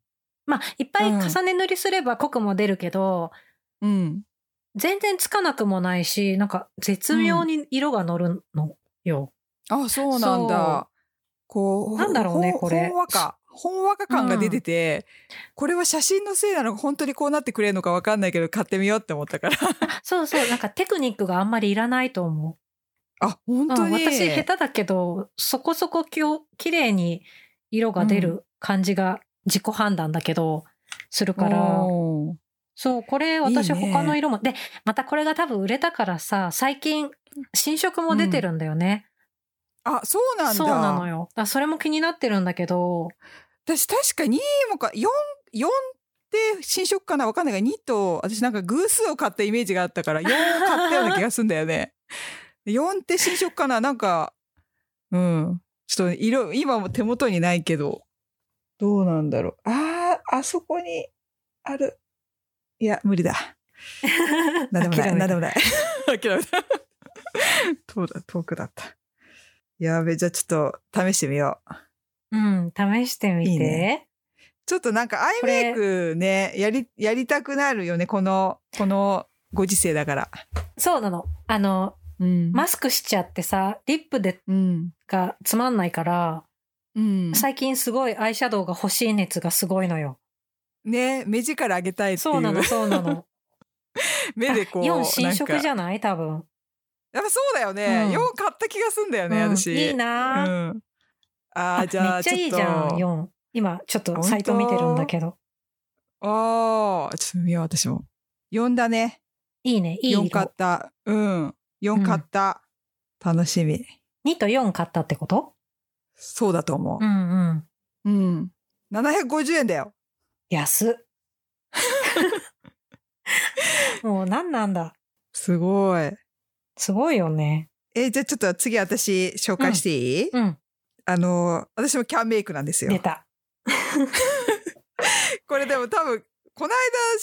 まあ、いっぱい重ね塗りすれば濃くも出るけど、
う、うん。
全然つかなくもないし、なんか絶妙に色が乗るのよ。
あ、そうなんだ。こう、
なんだろうね
ほん
これ
ほんわか。ほんわか感が出てて、これは写真のせいなのか、本当にこうなってくれるのかわかんないけど、買ってみようって思った
<laughs>
から。
そうそう、なんかテクニックがあんまりいらないと思
あ、本
う。
当
うん、
に。
私下手だけど、そこそこきょ綺麗に色が出る感じが自己判断だけど、するから。
おー
そう、これ私
いいね
他の色も。で、またこれが多分売れたからさ、最近新色も出てるんだよね。
あ、そうなんだ。
そうなのよ。あそれも気になってるんだけど、
私確か2もか、4、4って新色かなわかんないが、2と、私なんか偶数を買ったイメージがあったから、4を買ったような気がするんだよね。4って新色かななんか、うん。ちょっと色、今も手元にないけど、どうなんだろう。ああ、あそこにある。いや、無理だ。なんでもな
諦
い。な
めた
んでもない。諦めた。 <laughs> 遠だ、遠くだった。やべ、じゃあちょっと試してみよう。
うん、試してみて。
いいねちょっとなんかアイメイクね、やり、やりたくなるよね、この、このご時世だから。
そうなの。あの、
うん
マスクしちゃってさ、リップで
うん。
がつまんないから、
うん。
最近すごいアイシャドウが欲しい熱がすごいのよ。
ね、目力上げたいっていう。
そうなの、そうなの。
<laughs> 目でこう。
4新色じ
ゃんか。
ゃない多分。
やっぱそうだよね。
うん
4買った気がすんだよね、
うん
私。
いいなぁ
うん。あーじゃ
めっ
あ、
ちゃいい
ち
じゃ
ょ
ん、
っと。
4。今、ちょっとサイト見てるんだけど。
ああ、ちょっと見よう、私も。4だね。
いいね、いい
4買っ
色。
た。うん。4買った。楽しみ。
2と4買ったってこと
そうだと思
うんうん。
う。うん。750円だよ。
<laughs> 安っ。もう何なんだ。
すごい。
すごいよね。
えーじゃあちょっと次私紹介していい、
うん、
あの、私もキャンメイクなんです
出
よ。
た。
これでも多分、この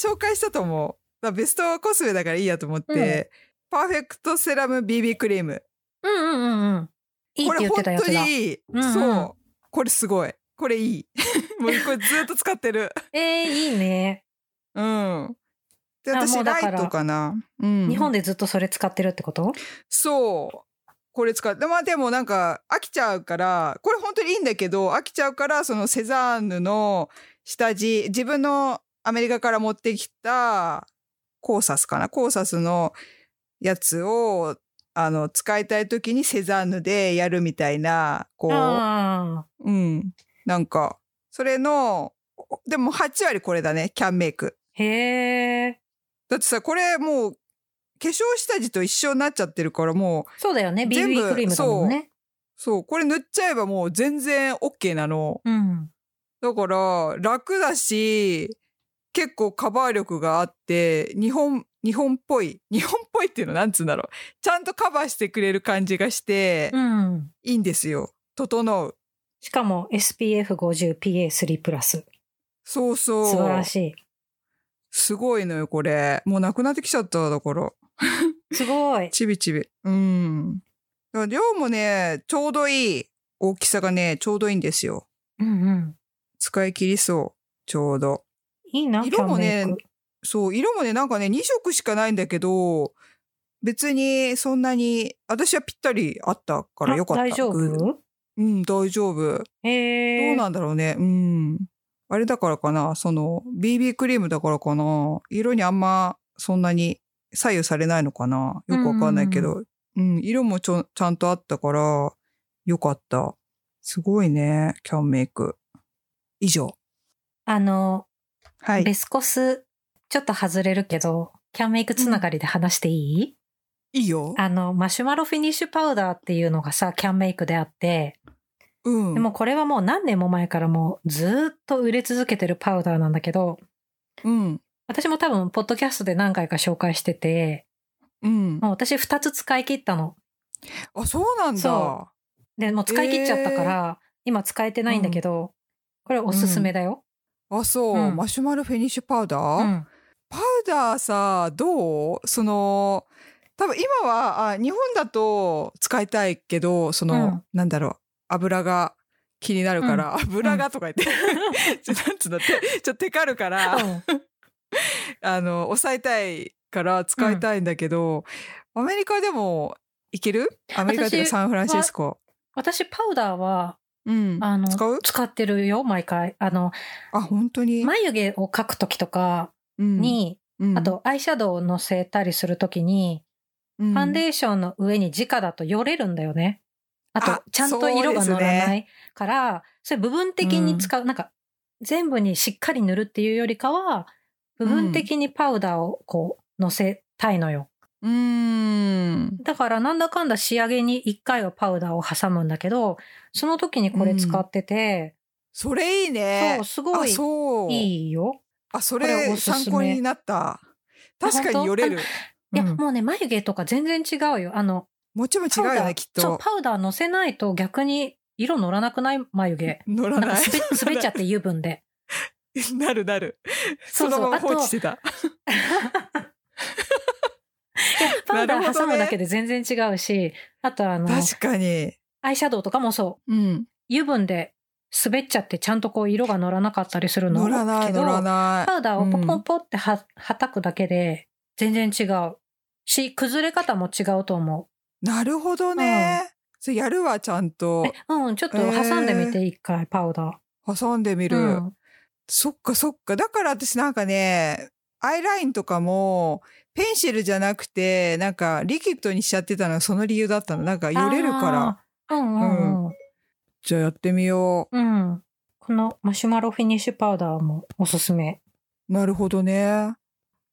間紹介したと思う。だからベストコスメだからいいやと思って、パーフェクトセラム BB クリーム。
うんうんうんうん。いいっ
こ
て
れ
言って
本
たや
当
つ
に
だ。
いい。
うんうん
そう。これすごい。これ
<laughs>
いい。もうこれずっと使ってる。
えー、いいね。
うん。で
あ
私
もうだ
ラ
から
イトかな。うん、
日本でずっとそれ使ってるってこと
そう。これ使って、まあでもなんか飽きちゃうから、これ本当にいいんだけど、飽きちゃうから、そのセザーヌの下地、自分のアメリカから持ってきたコーサスかなコーサスのやつを、あの、使いたい時にセザーヌでやるみたいな、こう、
ああ。
うん。なんか、それの、でも8割これだね、キャンメイク。
へえ。
だってさ、これもう、化粧下地と一緒になっちゃってるから、もう、
そうだよね。
全部
BB クリームだもんね。
そう、これ塗っちゃえばもう全然 OK なの。
うん。
だから、楽だし、結構カバー力があって、日本、日本っぽい。日本っぽいっていうのなんつうんだろう。ちゃんとカバーしてくれる感じがして、
うん。
いいんですよ。整う。
しかも SPF50PA3+。プラス
そうそう。
素晴らしい。
すごいのよ、これ。もうなくなってきちゃった、だから。
すごい。
ちびちび。うん。だから量もね、ちょうどいい。大きさがね、ちょうどいいんですよ。
うんうん。
使い切りそう。ちょうど。
いいな、キ
色
ャ
も
ンメ
ね
イク。
そう、色もね、なんかね、2色しかないんだけど、別にそんなに、私はぴったりあったから
あ
よかった。
大丈
グー
夫
うん、大丈夫。ど
へえ。
うなんだろうね。うん。あれだからかな、その、BB クリームだからかな、色にあんまそんなに左右されないのかな。よくわかんないけど、うん、色もちょちゃんとあったから、よかった。すごいね、キャンメイク。以上。
あの、
はい。
ベスコス、ちょっと外れるけど、キャンメイクつながりで話していい、
いいよ。
あの、マシュマロフィニッシュパウダーっていうのがさ、キャンメイクであって、
うん。
でもこれはもう何年も前からもうずーっと売れ続けてるパウダーなんだけど、
うん。
私も多分、ポッドキャストで何回か紹介してて、
うん。
もう私2つ使い切ったの。
あ、そうなんだ
そ。で、もう使い切っちゃったから、今使えてないんだけど、これおすすめだよ。
あ、そう、
うん
マシュマロフィニッシュパウダ
う
ー、
ん。
パウダーさ、どうその、多分今は、あ、日本だと使いたいけど、その、
うん
なんだろう、油が気になるから、油がとか言って、 <laughs> ちょなんつうんだって、ちょっとテカるから、あの、抑えたいから使いたいんだけど、アメリカでもいけるアメリカで
私
サンフランシスコ。
私、パウダーは、
うん。
あの、
使う
使ってるよ、毎回。あの、
あ、本当に、
眉毛を描くときとか
うん、
に、
うん
あ、とアイシャドウをのせたりするときに、
うん
ファンデーションの上に直だとよれるんだよね。あと
あ、
ちゃんと色が乗ら
そうです
ないから、それ部分的に使う、なんか、全部にしっかり塗るっていうよりかは、部分的にパウダーをこう、乗せたいのよ。
うーん。
だから、なんだかんだ仕上げに一回はパウダーを挟むんだけど、その時にこれ使ってて、
それいいね
そう、。すご
あ、
い
そう。
いいよ。
あ、そ
こ
れ
れおすすめ
参考になった。確かによれる。
いや、
うん
もうね、眉毛とか全然違うよ。あの、
もちろん
パウ
違う
ダ
よ
ー
ね、きっ
そう、
と。
パウダー乗せないと逆に色乗らなくない眉毛。
乗ら
なんか
<laughs> ない。
滑滑っちゃって油分で。
<laughs> なるなる。そ
そ
う
そ
のま
う
ま
あと
放置してた。
パウダ
なるほど
ー
ね
挟むだけで全然違うし、あとあの、
確かに。
アイシャドウとかもそ
うん。
う、油分で滑っちゃってちゃんとこう色が乗らなかったりするの
乗らない、
けど
乗らない。
パウダーをポンポンポンっては、はたくだけで全然違う。し、崩れ方も違うと思
なるほどね。それやるわ、ちゃん
う。え
と。
うん、ちょっと挟んでみて一回、パウダ
挟んでみ
ー。う
る。
ん。
そっかそっか。だから私なんかね、アイラインとかも、ペンシルじゃなくて、なんかリキッドにしちゃってたのはその理由だったの。なんかよれるから。
あー。うんうんうん。
じゃあやってみよ
うん。このマシュマロフィニッシュパウダーもおすすめ。
う。なるほどね。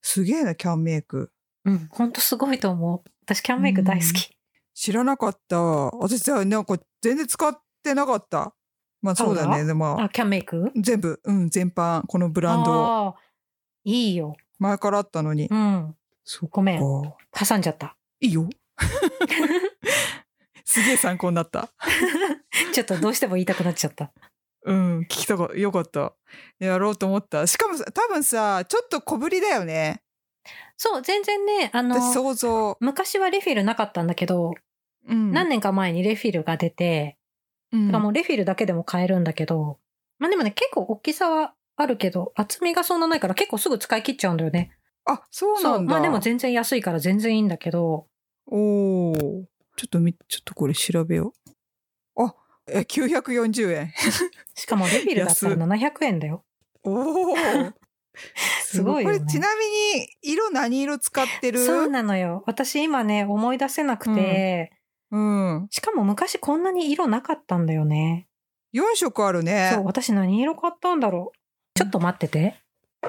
すげえな、キャンメイク。
うん。ほんとすごいと思う。私、キャンメイク大好き。
知らなかった。私さ、なんか全然使ってなかった。まあそうだ
そうだ
ね。でもまあ
あ、キャンメイク
全部、うん、全般、このブ
ブ
ランド、
いいよ。
前からあったのに。
うん。
そっか
ごめん。挟んじゃった。 <laughs>
いいよ。すげえ参考になった。
ちょっとどうしても言いたくなっちゃった。
うん、聞きたかよかった。やろうと思った。しかもさ多分さ、ちょっと小ぶりだよね。
そう、全然ね、あの、
私想像。
昔はレフィルなかったんだけど、
うん。
何年か前にレフィルが出て、
うん
だからもうレフィルだけでも買えるんだけど、まあでもね、結構大きさはあるけど、厚みがそんなないから結構すぐ使い切っちゃうんだよね。
あ、そう
そ
な
う。
ん
ま
だ。
あでも全然安いから全然いいんだけど、
おお。ちょっとみ、ちょっとこれ調べよう。あ、え、940円。
しかもレビルだったら
安
700円だよ。
おお。 <laughs>
すごいよ
こ
ね
れちなみに、色何色使ってる
そうなのよ。私今ね、思い出せなくて、
うん。
しかも昔こんなに色なかったんだよね。
4色あるね。
そう、私何色買ったんだろう。ちょっと待ってて。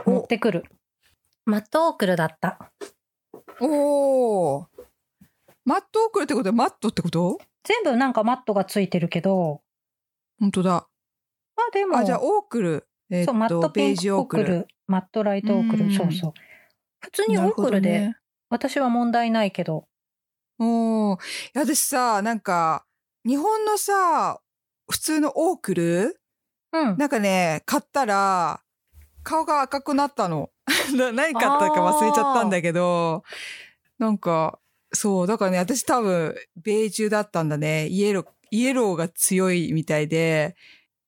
お
持ってくる。マットオークルだった。
おお。マットオークルってことはマットってこと
全部なんかマットがついてるけど、
本当だ。
まあでも、
あ、じゃあオークル。えーっ
そう、マッ
と
ト
ベ
ピン
ージュ
クオ
オ
ー
ー
ク
クル。
ル、マットライトオーク
う
ル、
ん
そうそう。普通にオ
なる
ー
ほ
ク
ど
ルで、
ね。
私は問題ないけど、
おお。いや、私さ、なんか、日本のさ、普通のオークル <laughs>
うん。
なんかね、買ったら、顔が赤くなったの。 <laughs> な何買ったか忘れちゃったんだけど、なんか、そう、だからね、私多分、ベージュだったんだね。イエロー、イエローが強いみたいで、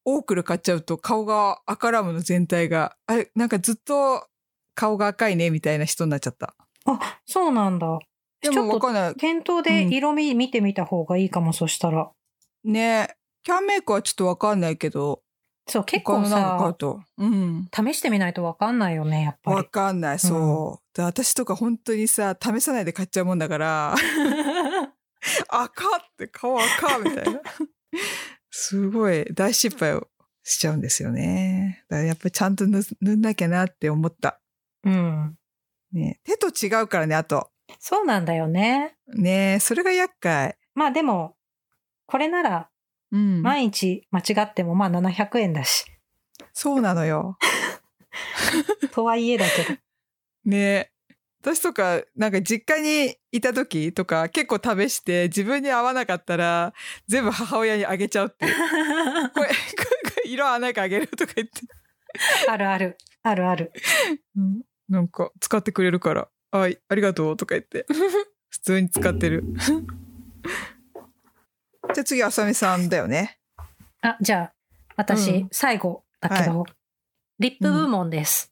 オークル買っちゃうと顔が赤ラムの全体が、あれ、なんかずっと顔が赤いね、みたいな人になっちゃった。
あ、そうなんだ。
で
ちょっ
も
と
わかんない。
店頭で色味見てみた方がいいかも、そしたら。
ね、キャンメイクはちょっとわかんないけど、
そう、結
他
構
のなんか買う
さ、
と。うん。
試してみないとわかんないよね、やっぱ
わ
り。
かんない、そう。で私とか本当にさ、試さないで買っちゃうもんだ <laughs> から、赤って顔赤みたいな。 <laughs> すごい大失敗をしちゃうんですよね。だからやっぱりちゃんと塗塗んなきゃなって思った。
<laughs> うん。
ね、手と違うからね、あと。
そうなんだよね。
ねそれが厄介。
まあでも、これなら、
うん。
毎日間違ってもまあ700円だし。
そうなのよ。
とはいえだけど。
ね私とか、なんか実家にいた時とか結構試して自分に合わなかったら全部母親にあげちゃう <laughs> っていう。これ、これこれ色穴があげるとか言って。
あるある。ある
<laughs>
ある。
うん、なんか使ってくれるから「はいありがとう」とか言って普通に使ってる <laughs> じゃあ次あさみさんだよね
あ、じゃあ、私、
うん
最後だけど、リップ部門です。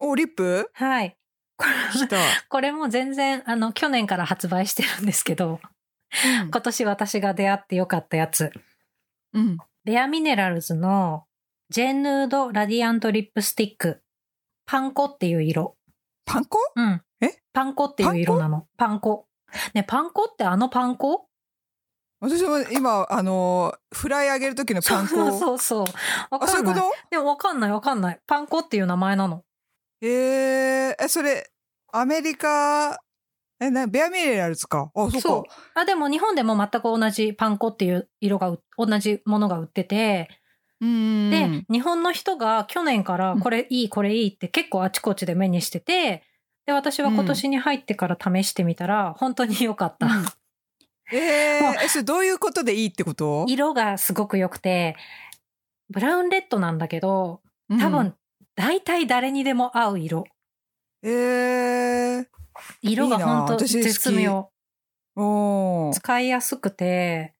おリップ
はい。これ
来た
これも全然、あの、去年から発売してるんですけど、今年私が出会ってよかったやつ。
うん
レアミネラルズの、ジェンヌード・ラディアント・リップスティック。パンコっていう色。
パン粉
うん。
え
パンコっていう色なの。パンコ。ね、パンコってあのパンコ
私も今あのーフライあげる時の <laughs> パン粉
<laughs> そうそうそう。わ
あ
か
そうい
ん
う
な
こ
い。
と
でもわかんないわかんない。パンコっていう名前なの。
えー、えそれアメリカえなベアミネラルズかあそっ
そう
か
あ、でも日本でも全く同じパン粉っていう色がう、同じものが売ってて、
うーん
で、日本の人が去年からこれいい、これいいって結構あちこちで目にしてて、で、私は今年に入ってから試してみたら、本当に良かった。
え
もう
ー、えそれどういうことでいいってこと
色がすごく良くて、ブラウンレッドなんだけど、多
う
分
ん、
大体誰にでも合う色。
えー、
色が
いいな
本当
私好き
絶妙。
おー
使いやすくて、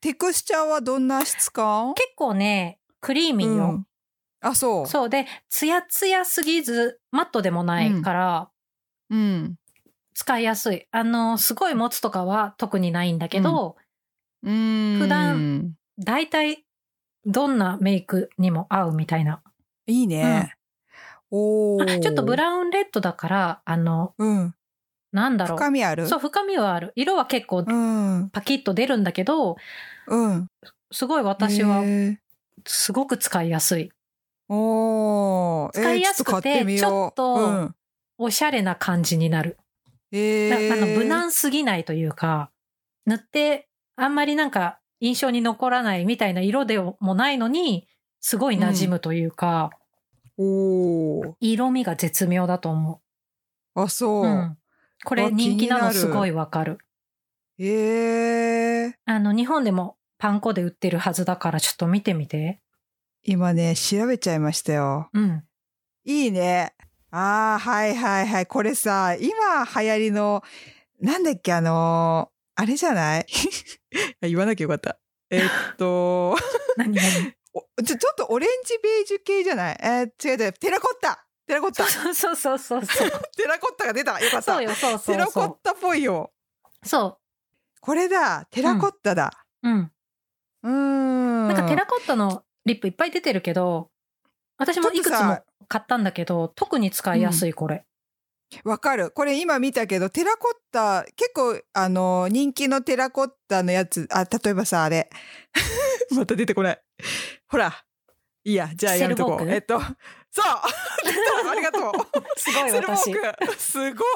テクスチャーはどんな質感
結構ね、クリーミーよ。
うんあ、そう。
そうで、ツヤツヤすぎず、マットでもないから、
うん。
使いやすい。あの、すごい持つとかは特にないんだけど、
うーん。
普段。だいたいどんなメイクにも合うみたいな。
いいね。お
あ
ー
<laughs> ちょっとブラウンレッドだから、あの、
うん。
なんだろう。
深みある
そう、深みはある。色は結構
うん。
パキッと出るんだけど、
うん。
すごい私は
へー
すごく使いやすい。
おー。えー
使いやすくて
ちょっと買
ちょっと
ってみよう。うん
おしゃれな感じになる。
え
な
ー
あの、無難すぎないというか、塗って、あんまりなんか印象に残らないみたいな色でもないのに、すごい馴染むというか、
おー。
色味が絶妙だと思
あ、
う。
そうう。
ん。これ
わ
人気
気に
なの
なる
すごいわかる。
えー。
あの、日本でもパン粉で売ってるはずだから、ちょっと見てみて。
今ね、調べちゃいましたよ。 <laughs>
うん。
いいね。ああ、はいはいはい。これさ、今流行りの、なんだっけ、あのーあれじゃない <laughs> 言わなきゃよかった。えっと、 <laughs>
何何 <laughs>
おちょちょっとオレンジベージュ系じゃないえー違う違う、テラコッタテラコッタ。
そうそうそうそうそう。
テラコッタが出た。よかった。
そうよ、そうそう
テラコ
そ
ッ
う。
タっぽいよ。
そ
これだ。テラコッタだ。
う。うん。
うーん。
なんかテラコッタのリップいっぱい出てるけど、私もいく
ちょっ
つ
と
も
さ
買ったんだけど、特に使いやすい、これ。
わかる。これ今見たけど、テラコッタ、結構、あの、人気のテラコッタのやつ、あ、例えばさ、あれ。 <laughs> また出てこない。ほら。いいや、じゃあやめとこう。
セルボーク
えっと、そう出たありが
<laughs>
とう <laughs>
すごい
セルボ
私。
ークすごい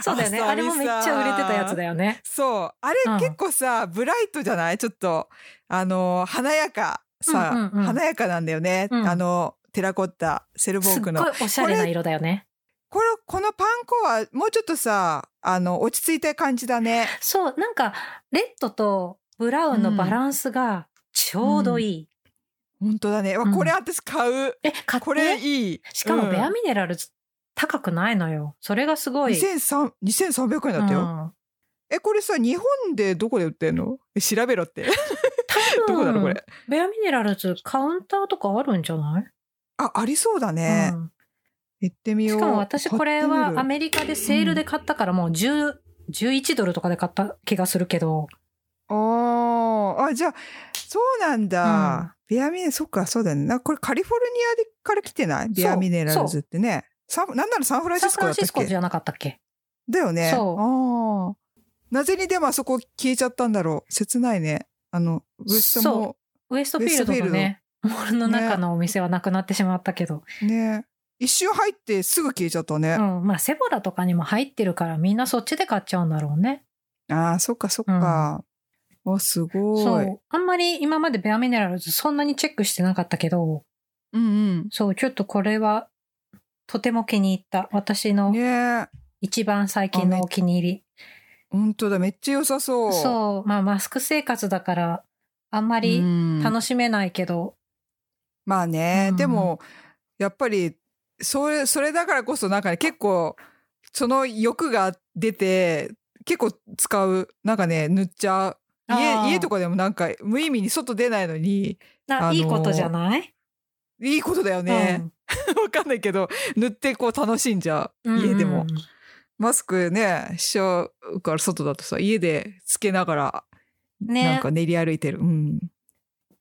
そうだよね。
あ
あれもめっちゃ売れてたやつだよね。
そう。あれ
うん
結構さ、ブライトじゃないちょっと、あの、華やか。さ、
うんうんうん
華やかなんだよね。
うん
あの、テラコッタ、セルボー
すっご
ク
い
の。
おしゃれな色だよね。
この、このパン粉はもうちょっとさ、あの、落ち着いた感じだね。
そう、なんか、レッドとブラウンのバランスがちょうどいい。
本当だね。わ
うん
これ私買う。
え、買っ
これ
て。
いい。
しかもベア
ミ
ミネラルズ高くないのよ。それがすごい。
2300 2300円だったよ、
うん
え、これさ、日本でどこで売ってんのえ調べろって。
多分
どこだろう、これ。
ベアミネラルズカウンターとかあるんじゃない、
あ、ありそうだね。
うん
行ってみよ
し
う。
かも私こ
買
れ
ってみ
は
る
アメリカでセールで買ったからもう10、11ドルとかで買った気がするけど。
ああ、じゃあ、そうなんだ。ビアミネ、そっか、そうだよね。なんかこれカリフォルニアでから来てないビアミネラルズってね。サンなんならサンフラン
サ
シ
ン
ス
フ
コ
ラ
だ
ン
った
シ
っ
スコじ
け
ゃなかったっけ
だよね。
そう
ああ。なぜにでもあそこ消えちゃったんだろう。切ないね。あの、ウエストも
ウエストフィールドのね、モールの中のお店はなくなってしまったけど。
ね。一周入ってすぐ消えちゃったね
う。ん。まあセボラとかにも入ってるからみんなそっちで買っちゃうんだろうね。
ああ、そっかそっか。あ、すごい。
そうう。あんまり今までベアミネラルズそんなにチェックしてなかったけど、
ん
そう、ちょっとこれはとても気に入った。私
う
の
ん。ね
一番最近のお気に入り。
本当だ。めっちゃ良さそう。
そう、まあマスク生活だから、あんま
う
り
ん
楽しめないけど、
まあね、
うん
でもやっぱりそれそれだからこそなんかね結構その欲が出て結構使うなんかね塗っちゃう
あー
家家とかでもなんか無意味に外出ないのに
な
あのー
いいことじゃない
いいことだよね、 <laughs> わかんないけど塗ってこう楽しんじゃ
うん
う家でも、
うん
マスクねしちゃうから外だとさ家でつけながら
ね
なんか練り歩いてる、うん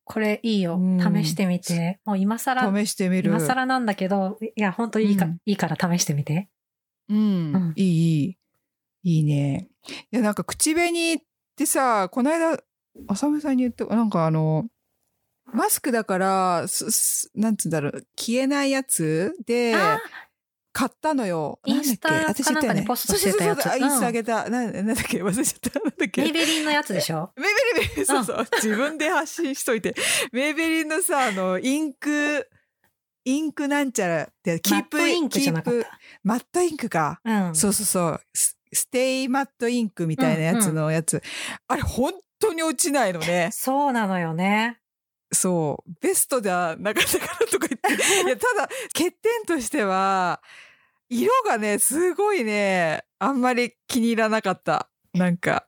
これいいよ
うん。
試してみて。もう今更、
試してみる
今更なんだけど、いや、本当いいか、
うん
いいから試してみて。
うん、
うん
いいいいいいねいやなんか口紅ってさこの間浅見さんに言ってなんかあのマスクだからすすなんつうんだろう消えないやつで
あ
買ったのよ
インスタ
なんだっけ
かなんか
私言ったよ
に
ね
ポストしてたやつ
そうそうそうそうあインスタ
うん
あげたななんだっけ忘れちゃったなんだっけ
メイベリンのやつでしょ
メイベリンメイベリンそうそう自分で発信しといてメイベリンのさあのインクインクなんちゃらって <laughs> キ
マ
ー
ッ
プ
トインクじゃなかっ
キープマットインクか
た。うん。
そうそうそう。スステイマットインクみたいなやつのやつ。あれ、本当に落ちないの
<laughs>
ね。
そうなのよね。
そう。ベストじゃなかったからとか言って。
<laughs>
いや、ただ、欠点としては、色がね、すごいね、あんまり気に入らなかった。なんか、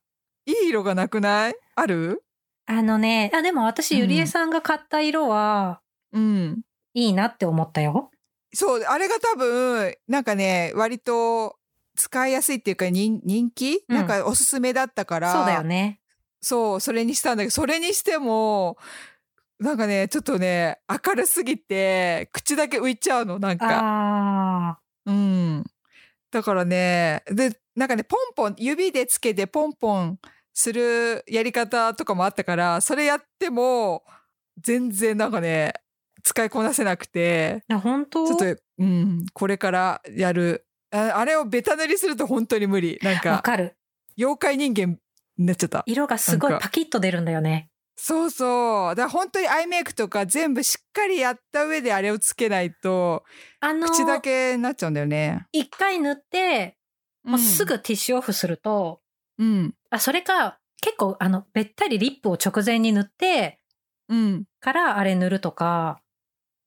いい色がなくないある
あのね、あ、でも私、ゆり
う
え
ん
さんが買った色は、
うん。
いいなって思ったよ。
そう、あれが多分、なんかね、割と、使いやすいっていうか人人気、
うん
なんかおすすめだったから。
そうだよね。
そう、それにしたんだけど、それにしても、なんかね、ちょっとね、明るすぎて、口だけ浮いちゃうの、なんか。
ああ。
うん。だからね、で、なんかね、ポンポン、指でつけてポンポンするやり方とかもあったから、それやっても、全然なんかね、使いこなせなくて、
いや本当
ちょっと、うん、これからやる。ああれをベタ塗りすると本当に無理。なん
わ
か、
かる。
妖怪人間になっちゃった。
色がすごいパキッと出るんだよね。
そうそう。だから本当にアイメイクとか全部しっかりやった上であれをつけないと、
あのー、
口だけになっちゃうんだよね。
一回塗って、もうす
うん。
ぐティッシュオフすると、
うん。
あ、それか、結構、あの、べったりリップを直前に塗って、
うん。
からあれ塗るとか、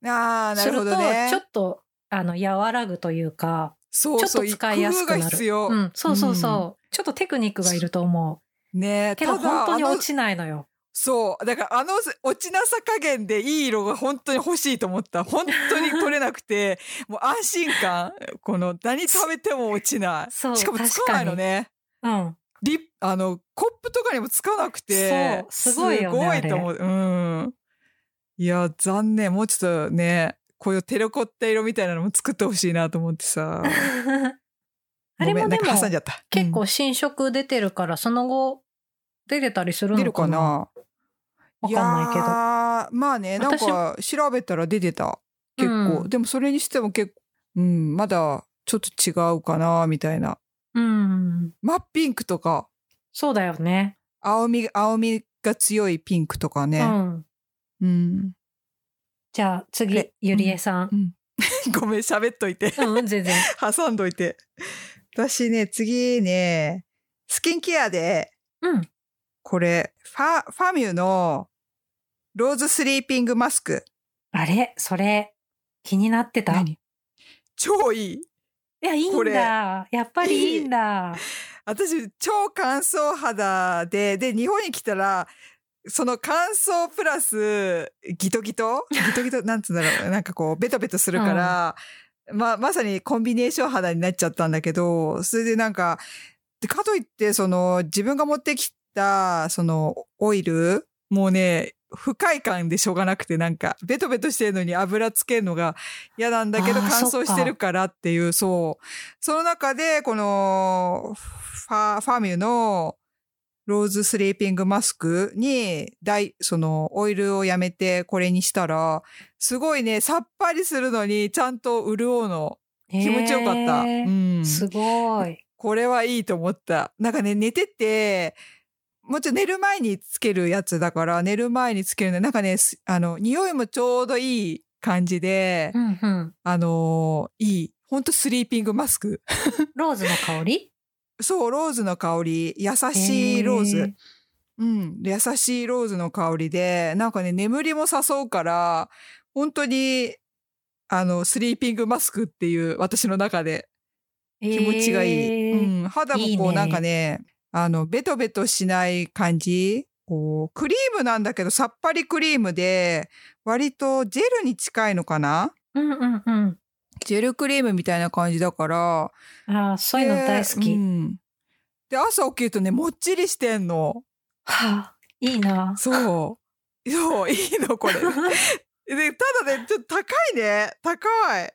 ああ、な
す
る
る
ほ
と、
どね。
ちょっと、あの、和らぐというか、
そうそう
ちょっと使いやすくなる
工夫が必要。
うん、そうそうそう。ちょっとテクニックがいると思う。
ねえ
けど、
ただ
本当に
あの
落ちないのよ。
そう。だからあの落ちなさ加減でいい色が本当に欲しいと思った。本当に取れなくて、
<laughs>
もう安心感。この何食べても落ちない。
そう
しかもつかないのね。 <laughs>
うん。
リッあの、コップとかにもつかなくて。
そうすごいよね
すごいと思う。うん。いや、残念。もうちょっとね、こういうテレコッタ色みたいなのも作ってほしいなと思ってさ。
<laughs> あれ
ごめ
も
ん
で
な
も
んか挟んじゃった。
結
う
構
ん
新色出てるから、その後出てたりする
出
の
る
か
か
なわ
な
かんないけど。
やーまあね、なん
私
か調べたら出てた。結構。
うん
でもそれにしても結構、うん、まだちょっと違うかな、みたいな。
うん。
真っピンクとか、
そうだよね。
青み、青みが強いピンクとか
う
ね。
ん。
うん。
じゃあ次
え、
ゆりえさん。
ごめん、 <laughs> 喋っといて。 <laughs>
うん、うん、全然。
挟んどいて。私ね、次ね、スキンケアで、
うん。
これ、ファ、ファミュの、ローズスリーピングマスク。
あれそれ、気になってたい
超いい。
や、いいん
これ
だ。やっぱりいいんだ。
私超乾燥肌でで日本に来たらその乾燥プラスギトギトギトギトなんつうんだろうなんかこうベトベトするから、ままさにコンビネーション肌になっちゃったんだけどそれでなんかでかといってその自分が持ってきたそのオイルもうね不快感でしょうがなくてなんかベトベトしてるのに油つけるのが嫌なんだけど
あー
乾
そっ
燥
か
してるからっていうそうその中で、この、ファ、ファミュのローズスリーピングマスクに、大、その、オイルをやめてこれにしたら、すごいね、さっぱりするのに、ちゃんと潤うの。気持ちよかった。
へー
うん。
すごい。
これはいいと思った。なんかね、寝てて、もちろん寝る前につけるやつだから、寝る前につけるの。なんかね、すあの、匂いもちょうどいい感じで
う、んうん。
あのいい。ほんとスリーピングマスク。
ローズの香り
そう、ローズの香り。優しいローズ。
へー
うん。で優しいローズの香りで、なんかね、眠りも誘うから、本当に、あの、スリーピングマスクっていう、私の中で気持ちがいい。
へー
うん。肌も
いい
こう、
ね
なんかね、あの、ベトベトしない感じ。こう、クリームなんだけど、さっぱりクリームで、割とジェルに近いのかな
うんうんうん。
ジェルクリームみたいな感じだから、
ああ、そういうの大好
でう
き。
んで朝起きるとねもっちりしてんの。
はあ、いいな。 <laughs>
そう。そういいのこれ。でただねちょっと高いね高い。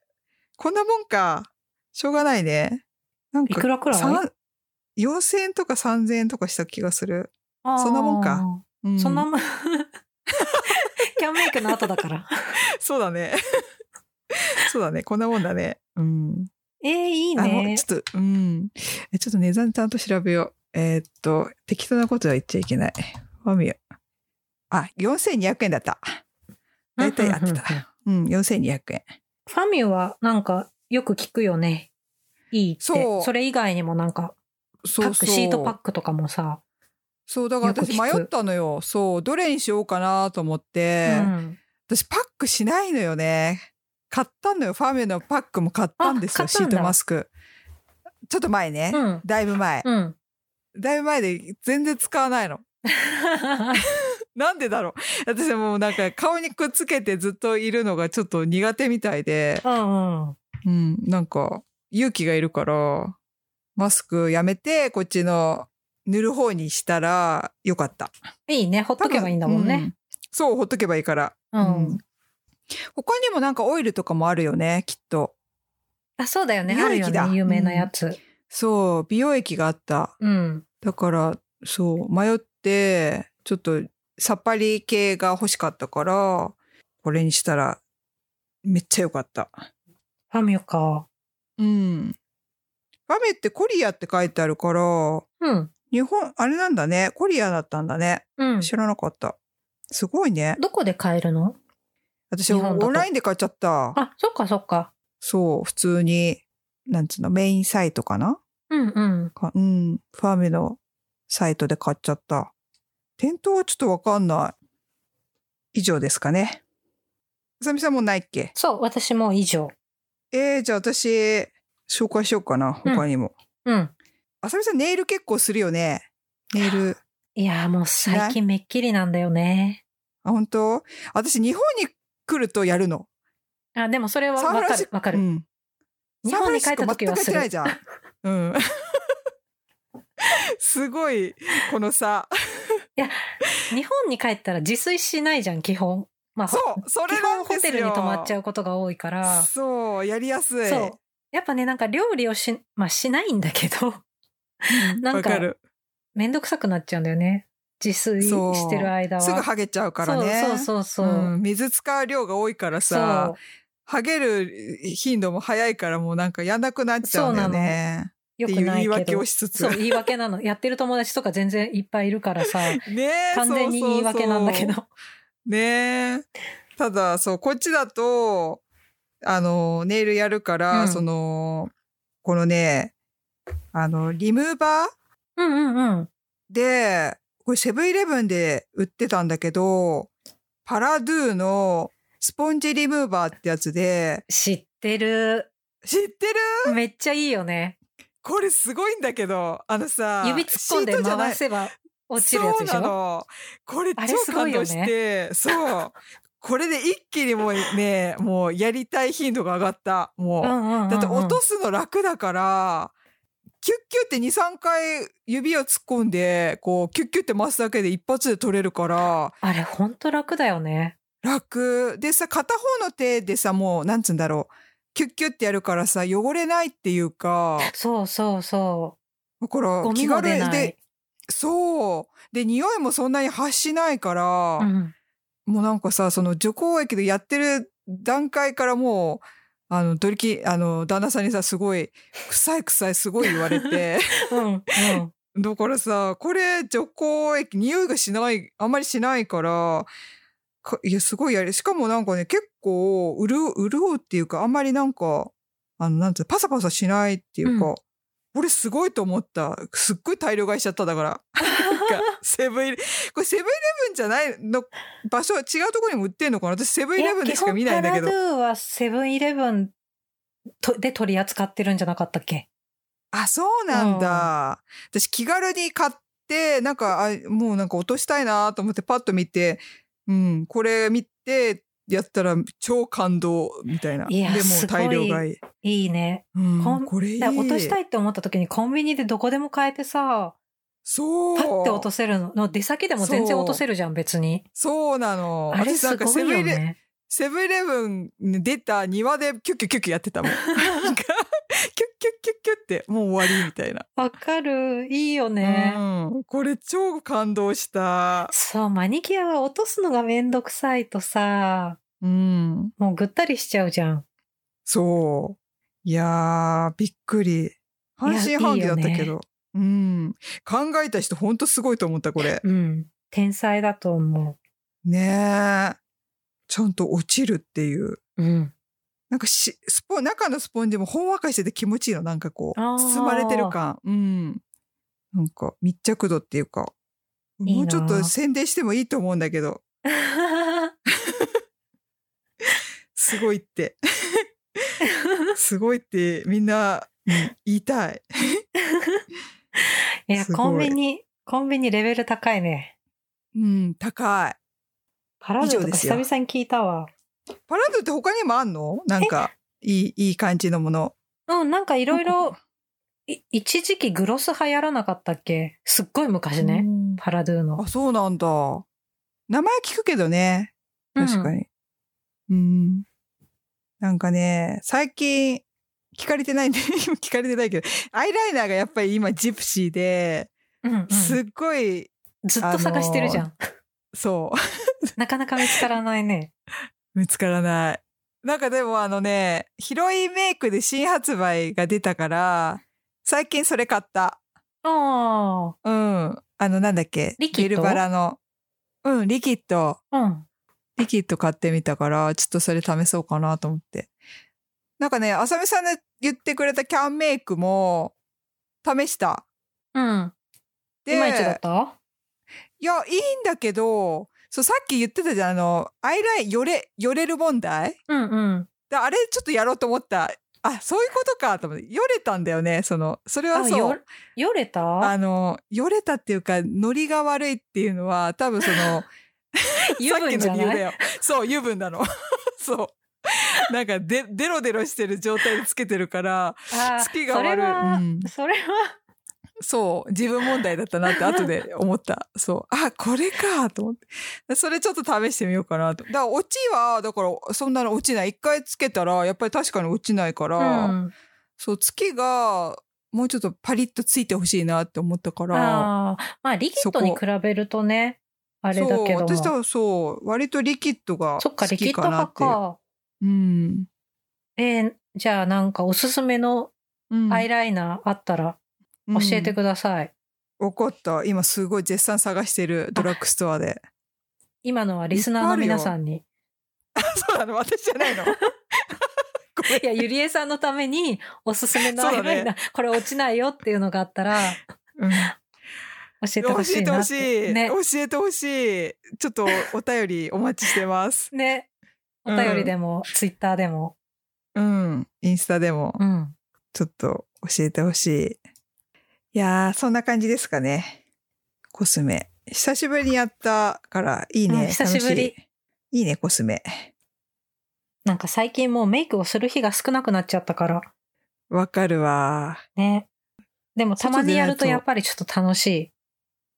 こんなもんか。しょうがないね。なんか
いくらくらい
さん ?4000 円とか3000円とかした気がする。
あー
そんなもんか。うん、
そんなもん。 <laughs> キャンメイクの後だから。
そうだね。 <laughs> そうだね。こんなもんだね。うん。
えー、いい
あ
ね
の。ちょっと、うん。えちょっと値段ちゃんと調べよう。えーっと、適当なことは言っちゃいけない。ファミヤ。あ、4200円だった。だいたい合ってた。うん、4200円。
ファミュはなんかよく聞くよね。いいって。
そ
そうれ以外にもなんか、パ
そう
ッ
そ
ク、
う。
シートパックとかもさ。
そう、だから私
よく
迷
聞く
ったのよ。そう、どれにしようかなと思っ
う
て。
ん。
私パックしないのよね。買ったのよ。ファミュのパックも買ったんですよ。
あ買った
シ
ん
ー
だ
トマスク。ちょっと前ね。
うん。
だいぶ前。 <laughs>
うん。
だいぶ前で全然使わないの。なんでだろう私はもうなんか顔にくっつけてずっといるのがちょっと苦手みたいで、
うんうん。
うん、なんか勇気がいるから、マスクやめて、こっちの塗る方にしたらよかった。
いいね。ほっとけばいいんだもん
多分う
ね。
そう、ほっとけばいいから。
う
うんん。他にもなんかオイルとかもあるよね、きっと。
あ、そうだよね。
美容
ある
液
よ
だ
ね。有名なやつ。
そう、美容液があった。
うん。
だから、そう、迷って、ちょっとさっぱり系が欲しかったから、これにしたらめっちゃよかった。
ファミュか。
うん。バメってコリアって書いてあるから、
うん。
日本、あれなんだね。コリアだったんだね。
うん。
知らなかった。すごいね。
どこで買えるの
私、
日本だと
オンラインで買っちゃった。
あ、そっかそっか。
そう、普通に、なんつうの、メインサイトかな
うんうん。
かうん。ファミのサイトで買っちゃった。店頭はちょっとわかんない。以上ですかね。あさみさんもうないっけ
そう、私も以上。
えー、じゃあ私、紹介しようかな。他にも。
うん。
あさみさんネイル結構するよね。ネイル。
いやー、もう最近めっきりなんだよね。
あ、本当私、日本に来るとやるの。
あ、でもそれは
サンフ
わ
ラ
か
ンシ
る
ス、
わか
う
る。
ん。
日本に帰った時は
サ
す
ンフランシス。コ全く嫌い
る
じゃん。うん。 <laughs> すごい、この差。
日本に帰ったら自炊しないじゃん、基本。まあ、
そう、そ
基
れな
本
んで
ホ
す
テ
よ。
ルに泊まっちゃ
う
うことが多いから。
そう、やりやすい。
そう。やっぱね、なんか料理をし、まあしないんだけど、 <laughs> なん
わ
か
かる。
めんどくさくなっちゃうんだよね。自炊
そう
してる間は。
すぐハゲちゃうからね。
そうそうそうそう。
うん水使う量が多いからさ、
そう
ハゲる頻度も早いからもうなんかやんなくなっちゃうんだよね。
よ
って
く
いう
な
言
い
い
け
訳
ど
を。しつつ。
そう、言い訳なの。やってる友達とか全然いっぱいいるからさ、
ね <laughs> え
完全に言い訳なんだけ。
そうそう
ど
そう。ねえ。ただ、そう、こっちだと、あの、ネイルやるから、
うん
その、このね、あの、リムーバー
うんうんうん。
で、これセブンイレブンで売ってたんだけど、パラドゥのスポンジリムーバーってやつで、
知ってる。
知ってる
めっちゃいいよね。
これすごいんだけど、あのさ、
指突っ込んで
シートじゃない
回せば落ちるやつでし
そうな
ょ
の。これ超
あれすご
感
いよ
動
ね
して、そう。これで一気にもうね、もうやりたい頻度が上がった。もう。
うんうんうんうん。
だって落とすの楽だから、キュッキュって2、3回指を突っ込んで、こう、キュッキュって回すだけで一発で取れるから、
あれほんと楽だよね。
楽。でさ、片方の手でさ、もう、なんつうんだろう。キュッキュってやるからさ、汚れないっていう
<laughs>
か、
そうそうそ
だか
う。
ら
ゴミ
気
も
軽
出ない
で、。そう。で、匂いもそんなに発しないから、
うん
もうなんかさ、その除光液でやってる段階からもう、あの、取りき、あの、旦那さんにさ、すごい、臭い臭いすごい言われて、
うんうん。
だからさ、これ除光液、匂いがしない、あんまりしないから、かいや、すごいやり、しかもなんかね、結構、潤う、潤うっていうか、あんまりなんか、あの、なんていうのパサパサしないっていうか、
うん
俺すごいと思った。すっごい大量買いしちゃった、だから。なんかセブンイレ、これセブンイレブンじゃないの、場所、違うところにも売ってんのかな私セブンイレブンでしか見ないんだけど
いや。基本パラドゥはセブンイレブンとで取り扱ってるんじゃなかったっけ
あ、そうなんだ。私気軽に買って、なんか、あもうなんか落としたいなと思ってパッと見て、うん、これ見て、やったら超感動みたいな。
いや
でも
す
う
ごい
大量買い。
いいね。
うん
こん
これいい。
だから落とした
い。
いって思った時にコンビニでどこでも買えてさ、
そう。
パッて落とせるの。の出先でも全
そ
然
う
落とせるじゃん、別に。
そうなの。
あれ
私な
す
んか
ご
セ
い
ブン
よ
イレ、
ね。
セブンイレブンに出た庭でキュッキュッキュッキュッやってた
<laughs>
もん。なんか、キュッキュッキュッキュッって、もう終わりみたいな。
わかる。いいよね。
うん。これ超感動した。
そう、マニキュアは落とすのがめんどくさいとさ、
うん。
もうぐったりしちゃうじゃん。
そう。いやー、びっくり。半信半疑だった
いやい
け
い
ど。
よ
うん。考えた人ほんとすごいと思った、これ。
うん。天才だと思
ねえ。ちゃんと落ちるっていう。
う。うん。
なんかし、スポン、中のスポンジもほんわかしてて気持ちいいの。なんかこう、
あー
包まれてる感。うん。なんか密着度っていうか。
いいな
もうちょっと宣伝してもいいと思うんだけど、すごい
<laughs>
って。すごいってみんなうん言いたい。
<laughs> いや、
すごい
コンビニ、コンビニレベル高いね。
うん、高い。
パラ
以
ドと
上
か
ですよ
久々に聞いたわ。
パラドゥって他にもあんのなんか、いい、いい感じのもの。
うん、なんかいろいろ、い一時期グロス流行らなかったっけすっごい昔ね。
うん
パラドゥの
あ、。そうなんだ。名前聞くけどね。確か
に。
に。うん。なんかね、最近、聞かれてないんで、 <laughs> 今聞かれてないけど、アイライナーがやっぱり今ジプシーで、
うんうん
すっごい、
ずっと探してるじゃん。
そう、 <laughs>
なかなか見つからないね。
見つからない。なんかでもあのね、ヒロインメイクで新発売が出たから、最近それ買った。
あ
うん。あの、なんだっけ
リキッド
ベルバラの。うん、リキッド。
あ。うん。
リキッド買ってみたから、ちょっとそれ試そうかなと思って。なんかね、あさみさんの言ってくれたキャンメイクも、試した。
うん。
で、
いまいちだった
いや、いいんだけど、そう、さっき言ってたじゃん、あの、アイライン、よれ、よれる問題
うんうん。
だあれ、ちょっとやろうと思った。あ、そういうことかと思って、よれたんだよね、その、それは
あ
そ
よ
う。
よれた
あの、よれたっていうか、ノリが悪いっていうのは、多分その、
<laughs> 油分じゃ
さっきの理由
な
だ
い
よ。そう、油分なの。 <laughs> そう。なんかで、デロデロしてる状態につけてるから、
あ
好きが悪い
それは、
うん
それは、
そう、自分問題だったなって後で思った。そう、あ、これかと思って。それちょっと試してみようかなと。だから、落ちは、だから、そんなの落ちない。一回つけたら、やっぱり確かに落ちないから、
うん
そう、月が、もうちょっとパリッとついてほしいなって思ったから、
ああ、まあ、リキッドに比べるとね、あれだけど
そう、
も。
私と
そ
はそう、割とリキッドが好
っか、リキ
き
ッド
かなっ
派
ていう。
か。
うん。
えーじゃあなんかおすすめの
うん
アイライナーあったら教え
だ
てください。
わかった。今すごい絶賛探してるドラッグストア
<laughs>
で。
今のはリスナーの皆さんに。
そうなの私じゃないの。
いや、ゆりえさんのためにおすすめのアイライ
そう
ナ
だ
ー、これ落ちないよっていうのがあったら
うん、
教えて
教
ほしい
えて
な
ほ
っ。
してい、
ね。
教えてほしい。ちょっとお便りお待ちしてます。
ね。お
うん
便りでも、ツイッターでも。
うん。インスタでも
うん。
ちょっと教えてほしい。いやー、そんな感じですかね。コスメ。久しぶりにやったから、いいね。
うん久しぶり
楽い。いいね、コスメ。
なんか最近もうメイクをする日が少なくなっちゃったから。
わかるわ
ね。でもたまにやるとやっぱりちょっと楽し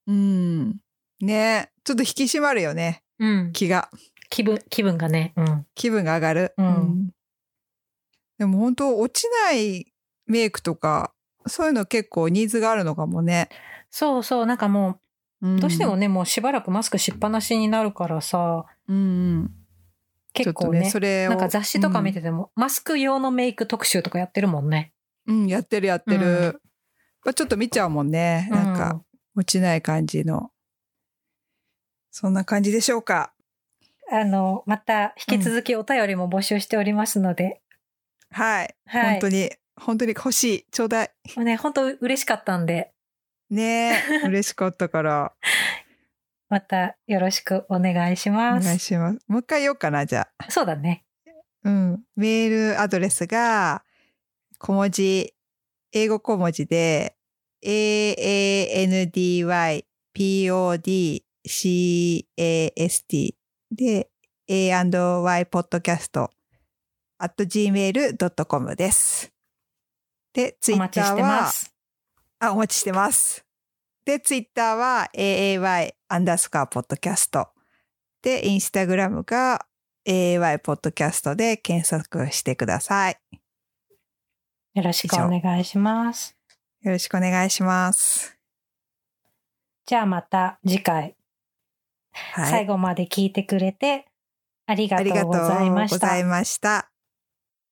い。
ー。うん。ねちょっと引き締まるよね。
うん。
気が。
気分、気分がね。うん。
気分が上がる。
うん
でも本当落ちないメイクとか、そういうの結構ニーズがあるのかもね。
そうそう。なんかもう、どうしても
ね。
ね、もうしばらくマスクしっぱなしになるからさ、
うん。
結
ちょっと
構
ね、
ね。
それを。
なんか雑誌とか見てても、マスク用のメイク特集とかやってるもんね。
うん、うんやってるやってる。
うん
まあちょっと見ちゃうもんね。なんか、落ちない感じの。そんな感じでしょうか。
うん、あの、また引き続きお便りも募集しておりますので、
はい。
はい。
本当に、本当に欲しい。ちょうだい。
もうね、本当嬉しかったんで、
ね嬉しかった
<laughs>
から、
またよろしくお願いし
お
ます。
願いします。もう一回言おうかな、じゃあ。
そうだね。
うん。メールアドレスが、小文字、英語小文字で、aandypodcast で、a&ypodcast at gmail.com です。で、ツイ
お
ッ
待
タ
ち
ー
してま
は、
す。
あ、お待ちしてます。で、ツイッターは aay アンダースコアポッドキャスト。で、インスタグラムが aay ポッドキャストで検索してください。
よろしくお願いします。
よろしくお願いします。
じゃあまた次回、
はい。
最後まで聞いてくれてありが
あ
と
りが
う
とう
ございま
ご
し
ざ
た
い。ました。